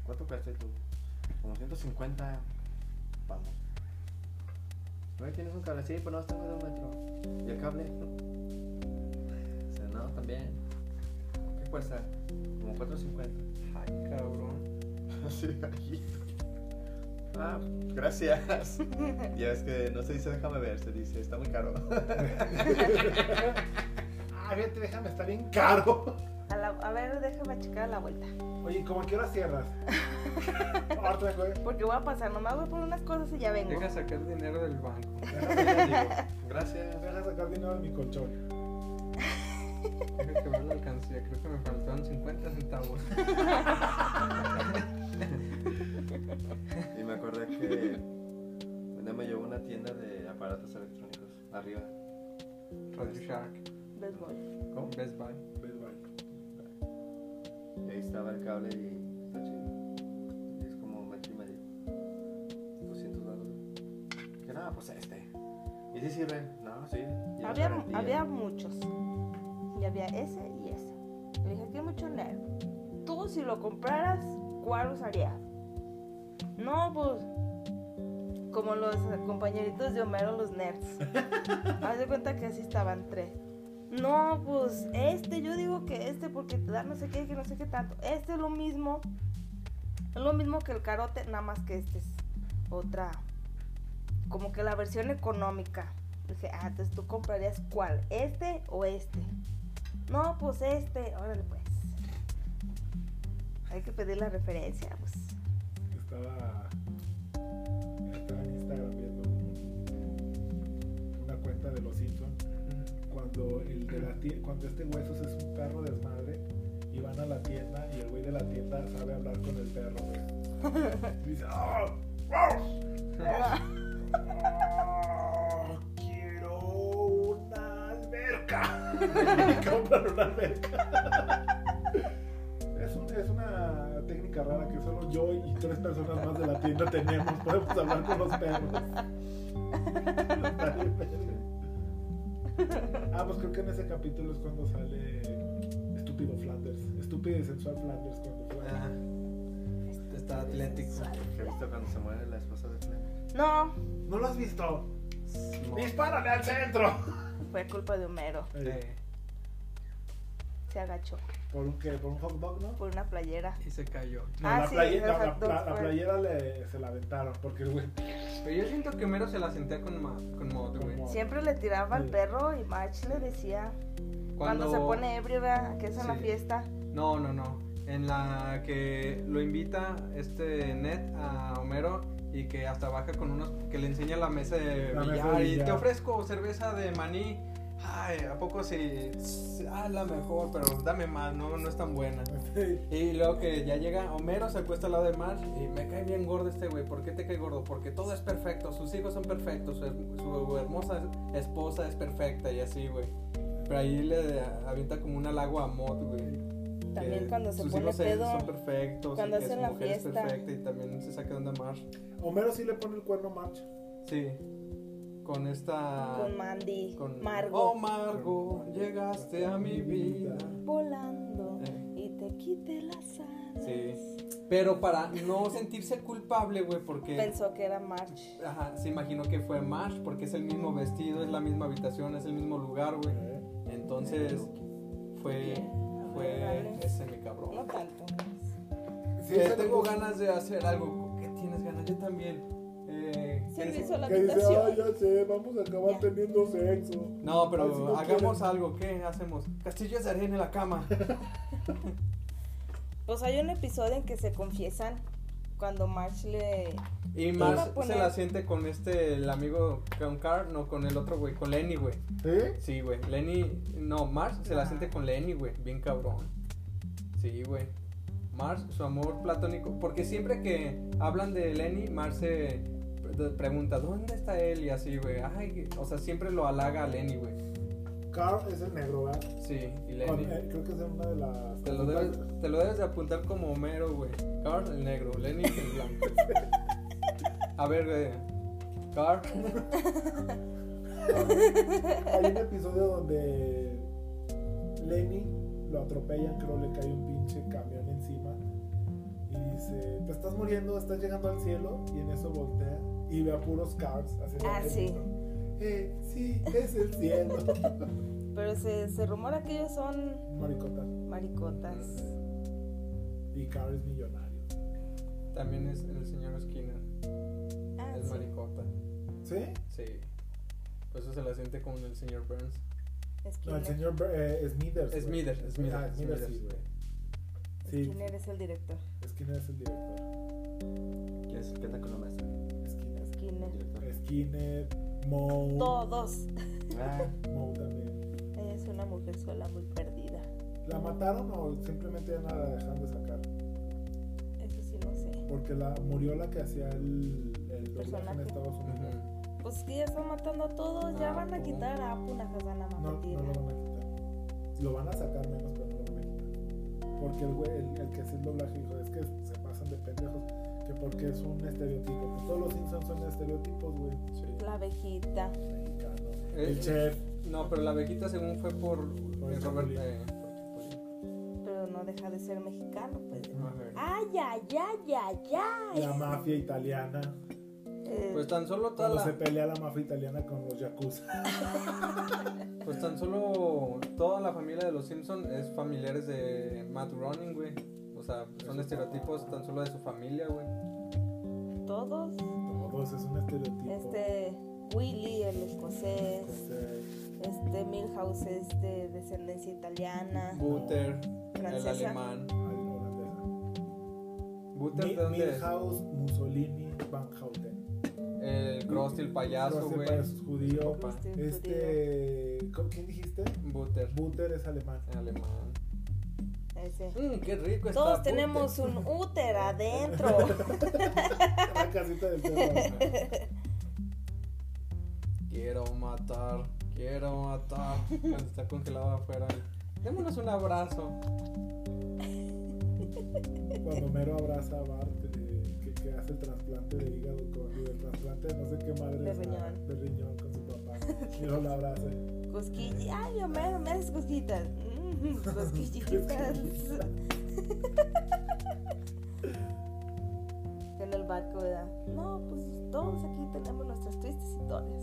¿Cuánto cuesta tú? Como 150. Vamos. ¿No tienes un cable? Sí, pues no, tengo de un metro. ¿Y el cable? Dice, no, también. ¿Qué cuesta? Como 450.
Ay, cabrón.
Así, aquí. Ah, gracias. Ya es que no se dice déjame ver, se dice está muy caro.
Ah, vete, déjame, está bien caro.
A, la- a ver, déjame checar a la vuelta.
Oye, ¿cómo a qué hora cierras? Ahorita vengo, eh.
Porque voy a pasar. Nomás voy por unas cosas y ya vengo.
Deja sacar dinero del banco.
Déjame, ya digo.
Gracias.
Deja sacar dinero de mi colchón.
Deja que vea la alcancía. Creo que me faltaron 50 centavos.
Y me acordé que una me llevó a una tienda de aparatos electrónicos arriba.
Radio Shark.
Best boy.
¿Cómo?
Best Buy.
Best Buy.
Y ahí estaba el cable y está chido. Y es como metro y medio. 200 dólares. Que nada, pues este. ¿Y si sirve? No, sí. lleva
Había,
garantía.
había muchos. Y había ese y ese. Le dije, aquí hay mucho nerd. Tú, si lo compraras, ¿cuál usarías? No, pues. Como los eh, compañeritos de Homero, los nerds. Haz de cuenta que así estaban tres. No, pues este, yo digo que este porque te da no sé qué, que no sé qué tanto. Este es lo mismo. Es lo mismo que el carote, nada más que este es otra. Como que la versión económica. Dije, ah, entonces tú comprarías cuál, este o este. No, pues este, órale pues. Hay que pedir la referencia, pues.
Estaba. Estaba en Instagram viendo un- una cuenta de los Simpsons. Cuando el de la tie- cuando este huesos es un perro desmadre y y van a la tienda y el güey de la tienda sabe hablar con el perro, güey. Y dice, "Ah, ah, quiero una alberca. Y compran una alberca. Es, un- es una técnica rara que solo yo y tres personas más de la tienda tenemos. Podemos hablar con los perros. Ah, pues creo que en ese capítulo es cuando sale estúpido Flanders, estúpido y sensual Flanders cuando Flanders.
Ah,
Está atlético.
¿Qué viste cuando se muere la esposa de Fleming?
No,
¿No lo has visto?
Sí.
¡Dispárale al centro!
fue culpa de Homero.
Eh,
Se agachó
¿Por un qué? ¿Por un hot dog, no?
por una playera.
Y se cayó.
No,
Ah,
la,
sí,
playe-
los
la- la-
hot dogs
la- la
fueron.
playera le- se la aventaron porque el güey
Pero yo siento que Homero se la sentía con, ma con Mod, güey.
Con Mod.
Siempre le tiraba al
Sí.
perro y March le decía cuando, se pone ebrio, ¿verdad? que es en la
Sí.
fiesta.
No, no, no. En la que lo invita este Ned a Homero y que hasta baja con unos. que le enseña la mesa de
La mesa de
billar y
billar.
te ofrezco cerveza de maní. Ay, ¿a poco sí? Ah, la mejor, pero dame más, no, no es tan buena. Y luego que ya llega Homero, se acuesta al lado de Marge y me cae bien gordo este güey. ¿Por qué te cae gordo? Porque todo es perfecto, sus hijos son perfectos, su, her- su hermosa esposa es perfecta y así, güey. Pero ahí le avienta como un halago a Mod, güey.
También
que
cuando se
sus
pone
hijos se-
pedo,
Son perfectos,
cuando
y que
hacen
su
la
mujer es
fiesta.
perfecta y también se saca de onda Marge.
Homero sí le pone el cuerno marcha.
Sí, con esta.
con Mandy,
Ah, con-
Margo,
Oh, Margo, llegaste a mi vida.
volando
Eh.
y te quite las alas.
Sí. Pero para no sentirse culpable, güey, porque
Pensó que era March.
ajá, se imaginó que fue Marsh, porque es el mismo vestido, es la misma habitación, es el mismo lugar, güey. Entonces fue fue este, ese mi
No
cabrón.
tanto.
Sí,
Que
se le
tengo
puso-
ganas de hacer algo. ¿Qué tienes ganas? Yo también. Eh,
Se
¿quieres-
me hizo la
Que dice, ay,
habitación.
ya sé, vamos a acabar
Ya.
teniendo sexo.
No,
Ay, si
pero
no
hagamos
quieres.
algo. ¿Qué hacemos? Castillos de arena en la cama.
Pues hay un episodio en que se confiesan cuando March le
Y
iba a
más se
poner-
la siente con este, el amigo, con Carl, no con el otro güey, con Lenny, güey.
¿Eh?
Sí, güey. Lenny. No, Mars se la
Ajá.
siente con Lenny, güey. Bien cabrón. Sí, güey. Mars, su amor platónico. Porque siempre que hablan de Lenny, Mars se pre- pregunta, ¿dónde está él? Y así, güey. Ay, o sea, siempre lo halaga a Lenny, güey.
Carl es el negro, ¿verdad?
Sí, y
Con-
Lenny.
eh, creo que es una de las.
Te lo, debes, te lo debes de apuntar como Homero, güey. Carl el negro, Lenny el blanco. A ver, eh, Carl.
Hay un episodio donde Lenny lo atropellan, creo le cae un pinche camión encima y dice, te estás muriendo, estás llegando al cielo y en eso voltea y ve a puros cars. Así
Ah, sí.
Eh, sí, es el cielo.
Pero se, se rumora que ellos son
Maricota.
maricotas.
Y Cars es millonario.
También es el señor Skinner,
Ah,
es
sí.
maricota.
¿Sí?
Sí. Por eso se la siente con el señor Burns.
No, el
Skinner.
señor eh, Smithers. güey.
Smithers, Smithers,
Ah, Smithers, sí,
Smithers.
güey. Sí,
Skinner es el director.
Skinner es el director.
¿Qué es? ¿Qué tal con la maestra?
Skinner.
Skinner.
Director.
Skinner, Moe.
Todos.
Ah,
Moe también.
Ella es una mujer sola muy perdida.
¿La mataron o simplemente ya no la dejaron de sacar?
Eso sí no sé.
Porque la murió la que hacía el, el doblaje en
Personaje.
Estados Unidos.
Pues es que ya están matando a todos, ya
Ah,
van a
pues.
quitar a Apuna Hazana
No, no lo van a quitar. Lo van a sacar menos, pero no lo van a quitar. Porque el, güey, el, el que hace el doblaje dijo, es que se pasan de pendejos, que porque es un estereotipo. Pues todos los Simpsons son estereotipos, güey.
La abejita.
Mexicano.
Eh,
El chef.
No, pero la abejita según fue por
Por
eh,
el
Robert.
Chapulín.
eh,
Pero no deja de ser mexicano, pues.
a ver.
¡Ay, ay, ay, ay, ay!
La mafia italiana.
Eh,
Pues tan solo toda
Cuando se
la,
pelea la mafia italiana con los yakuza.
pues tan solo toda la familia de los Simpson es familiares de Matt Groening, güey. O sea, son estereotipos tan solo de su familia, güey.
todos.
Todos es un estereotipo.
Este. Willy, el escocés.
Este,
Este. Milhouse es de descendencia italiana.
Butter, el
Francesa.
alemán.
al holandesa.
Butter
Mi-
de dónde es?
Milhouse, Mussolini, Van Houten.
El Krusty el payaso,
Creo que
güey.
para esos judíos.
Papá.
Este, judío.
Este. ¿con ¿Quién dijiste?
Butter,
Butter es alemán.
alemán.
ese.
Mm, qué rico está.
Todos
ponte.
tenemos un útero adentro.
La casita del perro.
Quiero matar, quiero matar. Cuando está congelado afuera. Démonos un abrazo.
Cuando Mero abraza a Bart, eh, que, que hace el trasplante de hígado con y el trasplante de no sé qué madre.
De
es, ah,
riñón.
De riñón con su papá. Y luego la abraza.
Cosquillitas. Ay, yo me, me haces cosquillitas. Mm, cosquillitas. en el barco, ¿verdad? No, pues todos aquí tenemos nuestras tristes historias.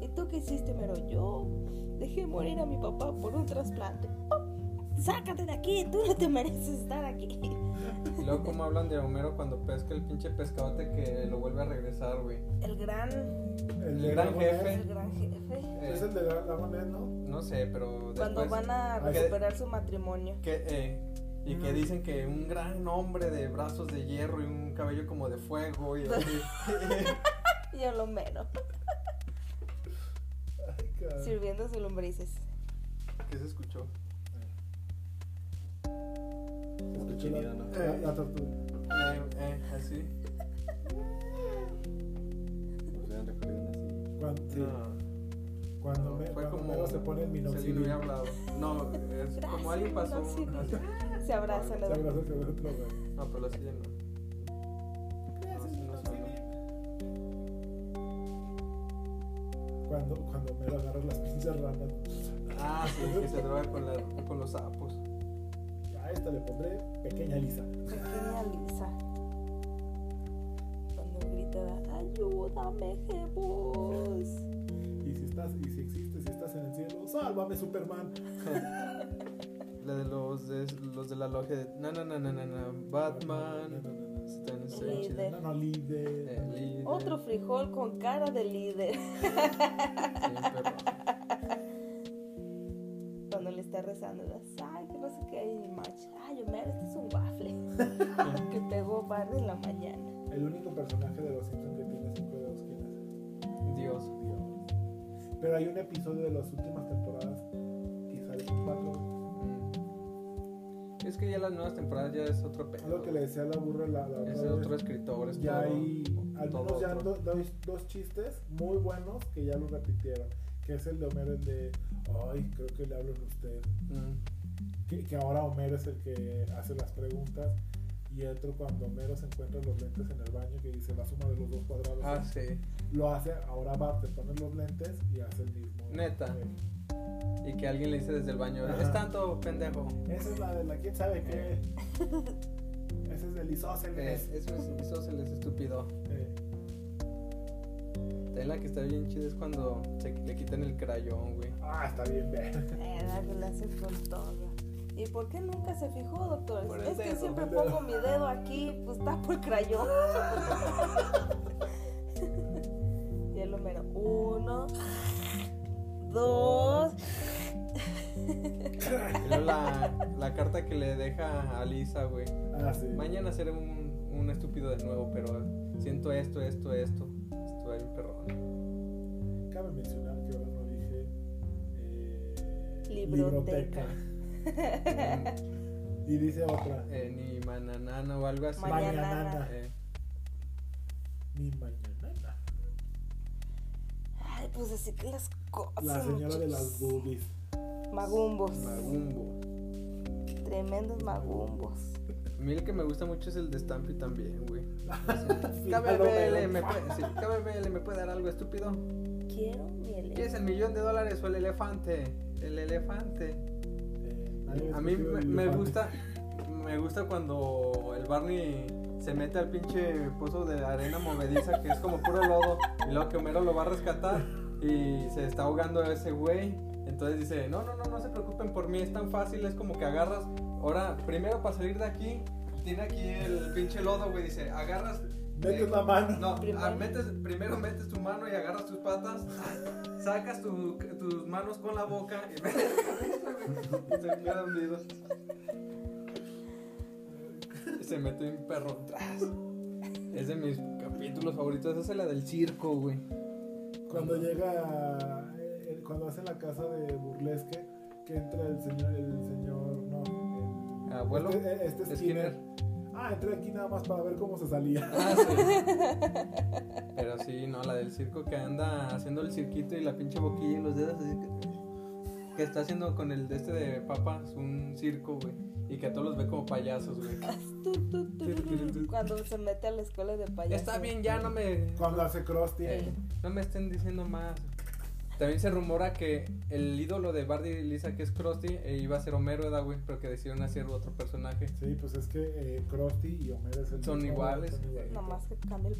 ¿Y tú qué hiciste, pero yo dejé morir a mi papá por un trasplante? ¡Oh! Sácate de aquí, tú no te mereces estar aquí.
Y luego, como hablan de Homero cuando pesca el pinche pescadote que lo vuelve a regresar, güey.
El gran,
El
El gran
Ramonet,
jefe.
el gran jefe.
Eh,
Es el de la, la Ramonet, ¿no?
no sé, pero.
Cuando
después-
van a
que-
recuperar su matrimonio.
que, eh, y
Mm.
que dicen que un gran hombre de brazos de hierro y un cabello como de fuego y así.
Yo lo mero.
Ay, caray.
Sirviendo sus lombrices.
¿Qué se escuchó?
Está chido, ¿no?
La, la tortuga.
Eh, eh, así.
Nos hubieran recorrido una silla.
Cuando, sí,
No,
cuando,
no,
me,
fue
cuando
como-
Mero se pone el
se le
minoxidil.
hubiera hablado. No, es como alguien pasó.
Gracias, Ah,
así.
Se abrazan
Se
los dos.
abraza con el otro, güey.
No, pero la silla no.
Pues,
No, sí, no sonó.
Cuando, cuando Mero agarra las pinzas ranas.
Ah, sí, que se droga con, la- con los sapos.
A esta le pondré pequeña lisa.
Pequeña Lisa. Cuando grita, ayúdame, Jebus.
Y si estás, y si existes, si estás en el cielo, sálvame Superman.
La de los de, los de la logia de. No, no, no, no, no, no.
No, no,
Batman.
no, no.
Stan
Líder.
Sage.
No, no, líder.
eh, líder,
Otro frijol con cara de líder.
sí, pero-
Cuando le está rezando, ¿verdad? ay, que no sé qué, y March, ay, Homero, este es un waffle. que pegó Bart en la mañana.
El único personaje de los Simpsons que tiene cinco dedos, ¿quién es?
Dios.
Dios. Pero hay un episodio de las últimas temporadas que sale con cuatro.
Mm. Es que ya las nuevas temporadas ya es otro
Es
pedo.
lo que le decía la burra la, la
Es
otra vez.
otro escritor, es
Ya
todo-
hay al
todo
menos ya
otro.
do- dois- dos chistes muy buenos que ya los repitieron. Que es el de Homero, el de, ay, creo que le hablo a usted.
Mm.
que, que ahora Homero es el que hace las preguntas y otro cuando Homero se encuentra los lentes en el baño que dice la suma de los dos cuadrados
Ah, sí.
lo hace ahora Bart te pone los lentes y hace el mismo
Neta.
Eh,
Y que alguien le dice desde el baño,
Ajá.
es tanto pendejo.
esa es la de la quién sabe qué
Eh.
ese es el isósceles
Es- eso, es, eso se les estúpido.
Eh,
También la que está bien chida es cuando se- le quitan el crayón, güey.
ah está bien ver
Era que Eh, la hace con todo. ¿Y por qué nunca se fijó, doctor?
Por el
es que
dedo.
siempre pongo mi dedo aquí, pues está por crayón. y el número uno, dos.
Y luego la, la carta que le deja a Lisa, güey.
ah sí
Mañana seré un, un estúpido de nuevo, pero siento esto, esto, esto. Estoy bien perrón.
cabe mencionar que ahora no dije eh,
Libroteca.
Mm,
y dice otra
eh, ni mananana o algo así.
Mañana.
mañana
Eh,
mi mañana
Ay, pues así que las cosas.
la señora de las
muchachos.
boobies
Magumbos.
magumbo.
Tremendos magumbos.
A mí el que me gusta mucho es el de Stampy también, güey. KBBL,
Homero.
me puede, sí, KBBL, ¿me puede dar algo estúpido?
Quiero mi
¿Qué es el millón de dólares o el elefante? El elefante.
Eh, nadie
A mí
escogió
me,
el
me
elefante.
gusta me gusta cuando el Barney se mete al pinche pozo de arena movediza que es como puro lodo y luego que Homero lo va a rescatar y se está ahogando ese güey. Entonces dice, no, no, no, no se preocupen por mí, es tan fácil, es como que agarras. Ahora, primero para salir de aquí, tiene aquí el pinche lodo, güey, dice, agarras
Metes la mano.
No,
Primero.
ah, metes- primero metes tu mano y agarras tus patas, sacas tu- tus manos con la boca y se queda hundido. Se mete un perro atrás. Es de mis capítulos favoritos, esa es la del circo, güey.
Cuando llega, eh, cuando hace la casa de burlesque, que entra el señor, el señor, no,
Abuelo.
Este, este es Skinner.
Skinner.
Ah, entré aquí nada más para ver cómo se salía.
Ah, sí. Pero sí, no, la del circo que anda haciendo el cirquito y la pinche boquilla en los dedos. así que- que está haciendo con el de este de papas un circo, güey. Y que a todos los ve como payasos, güey.
Tu, tu, tu, tu, tu, Cuando se mete a la escuela de payaso.
Ya está bien, ya no me.
Cuando hace Krusty.
Eh, no me estén diciendo más. También se rumora que el ídolo de Bardi y Lisa, que es Krusty, eh, iba a ser Homero, ¿verdad, güey? Pero que decidieron hacer otro personaje.
Sí, pues es que eh, Krusty y Homer es el
Son
mismo,
iguales.
igualitos.
Nomás que cambia el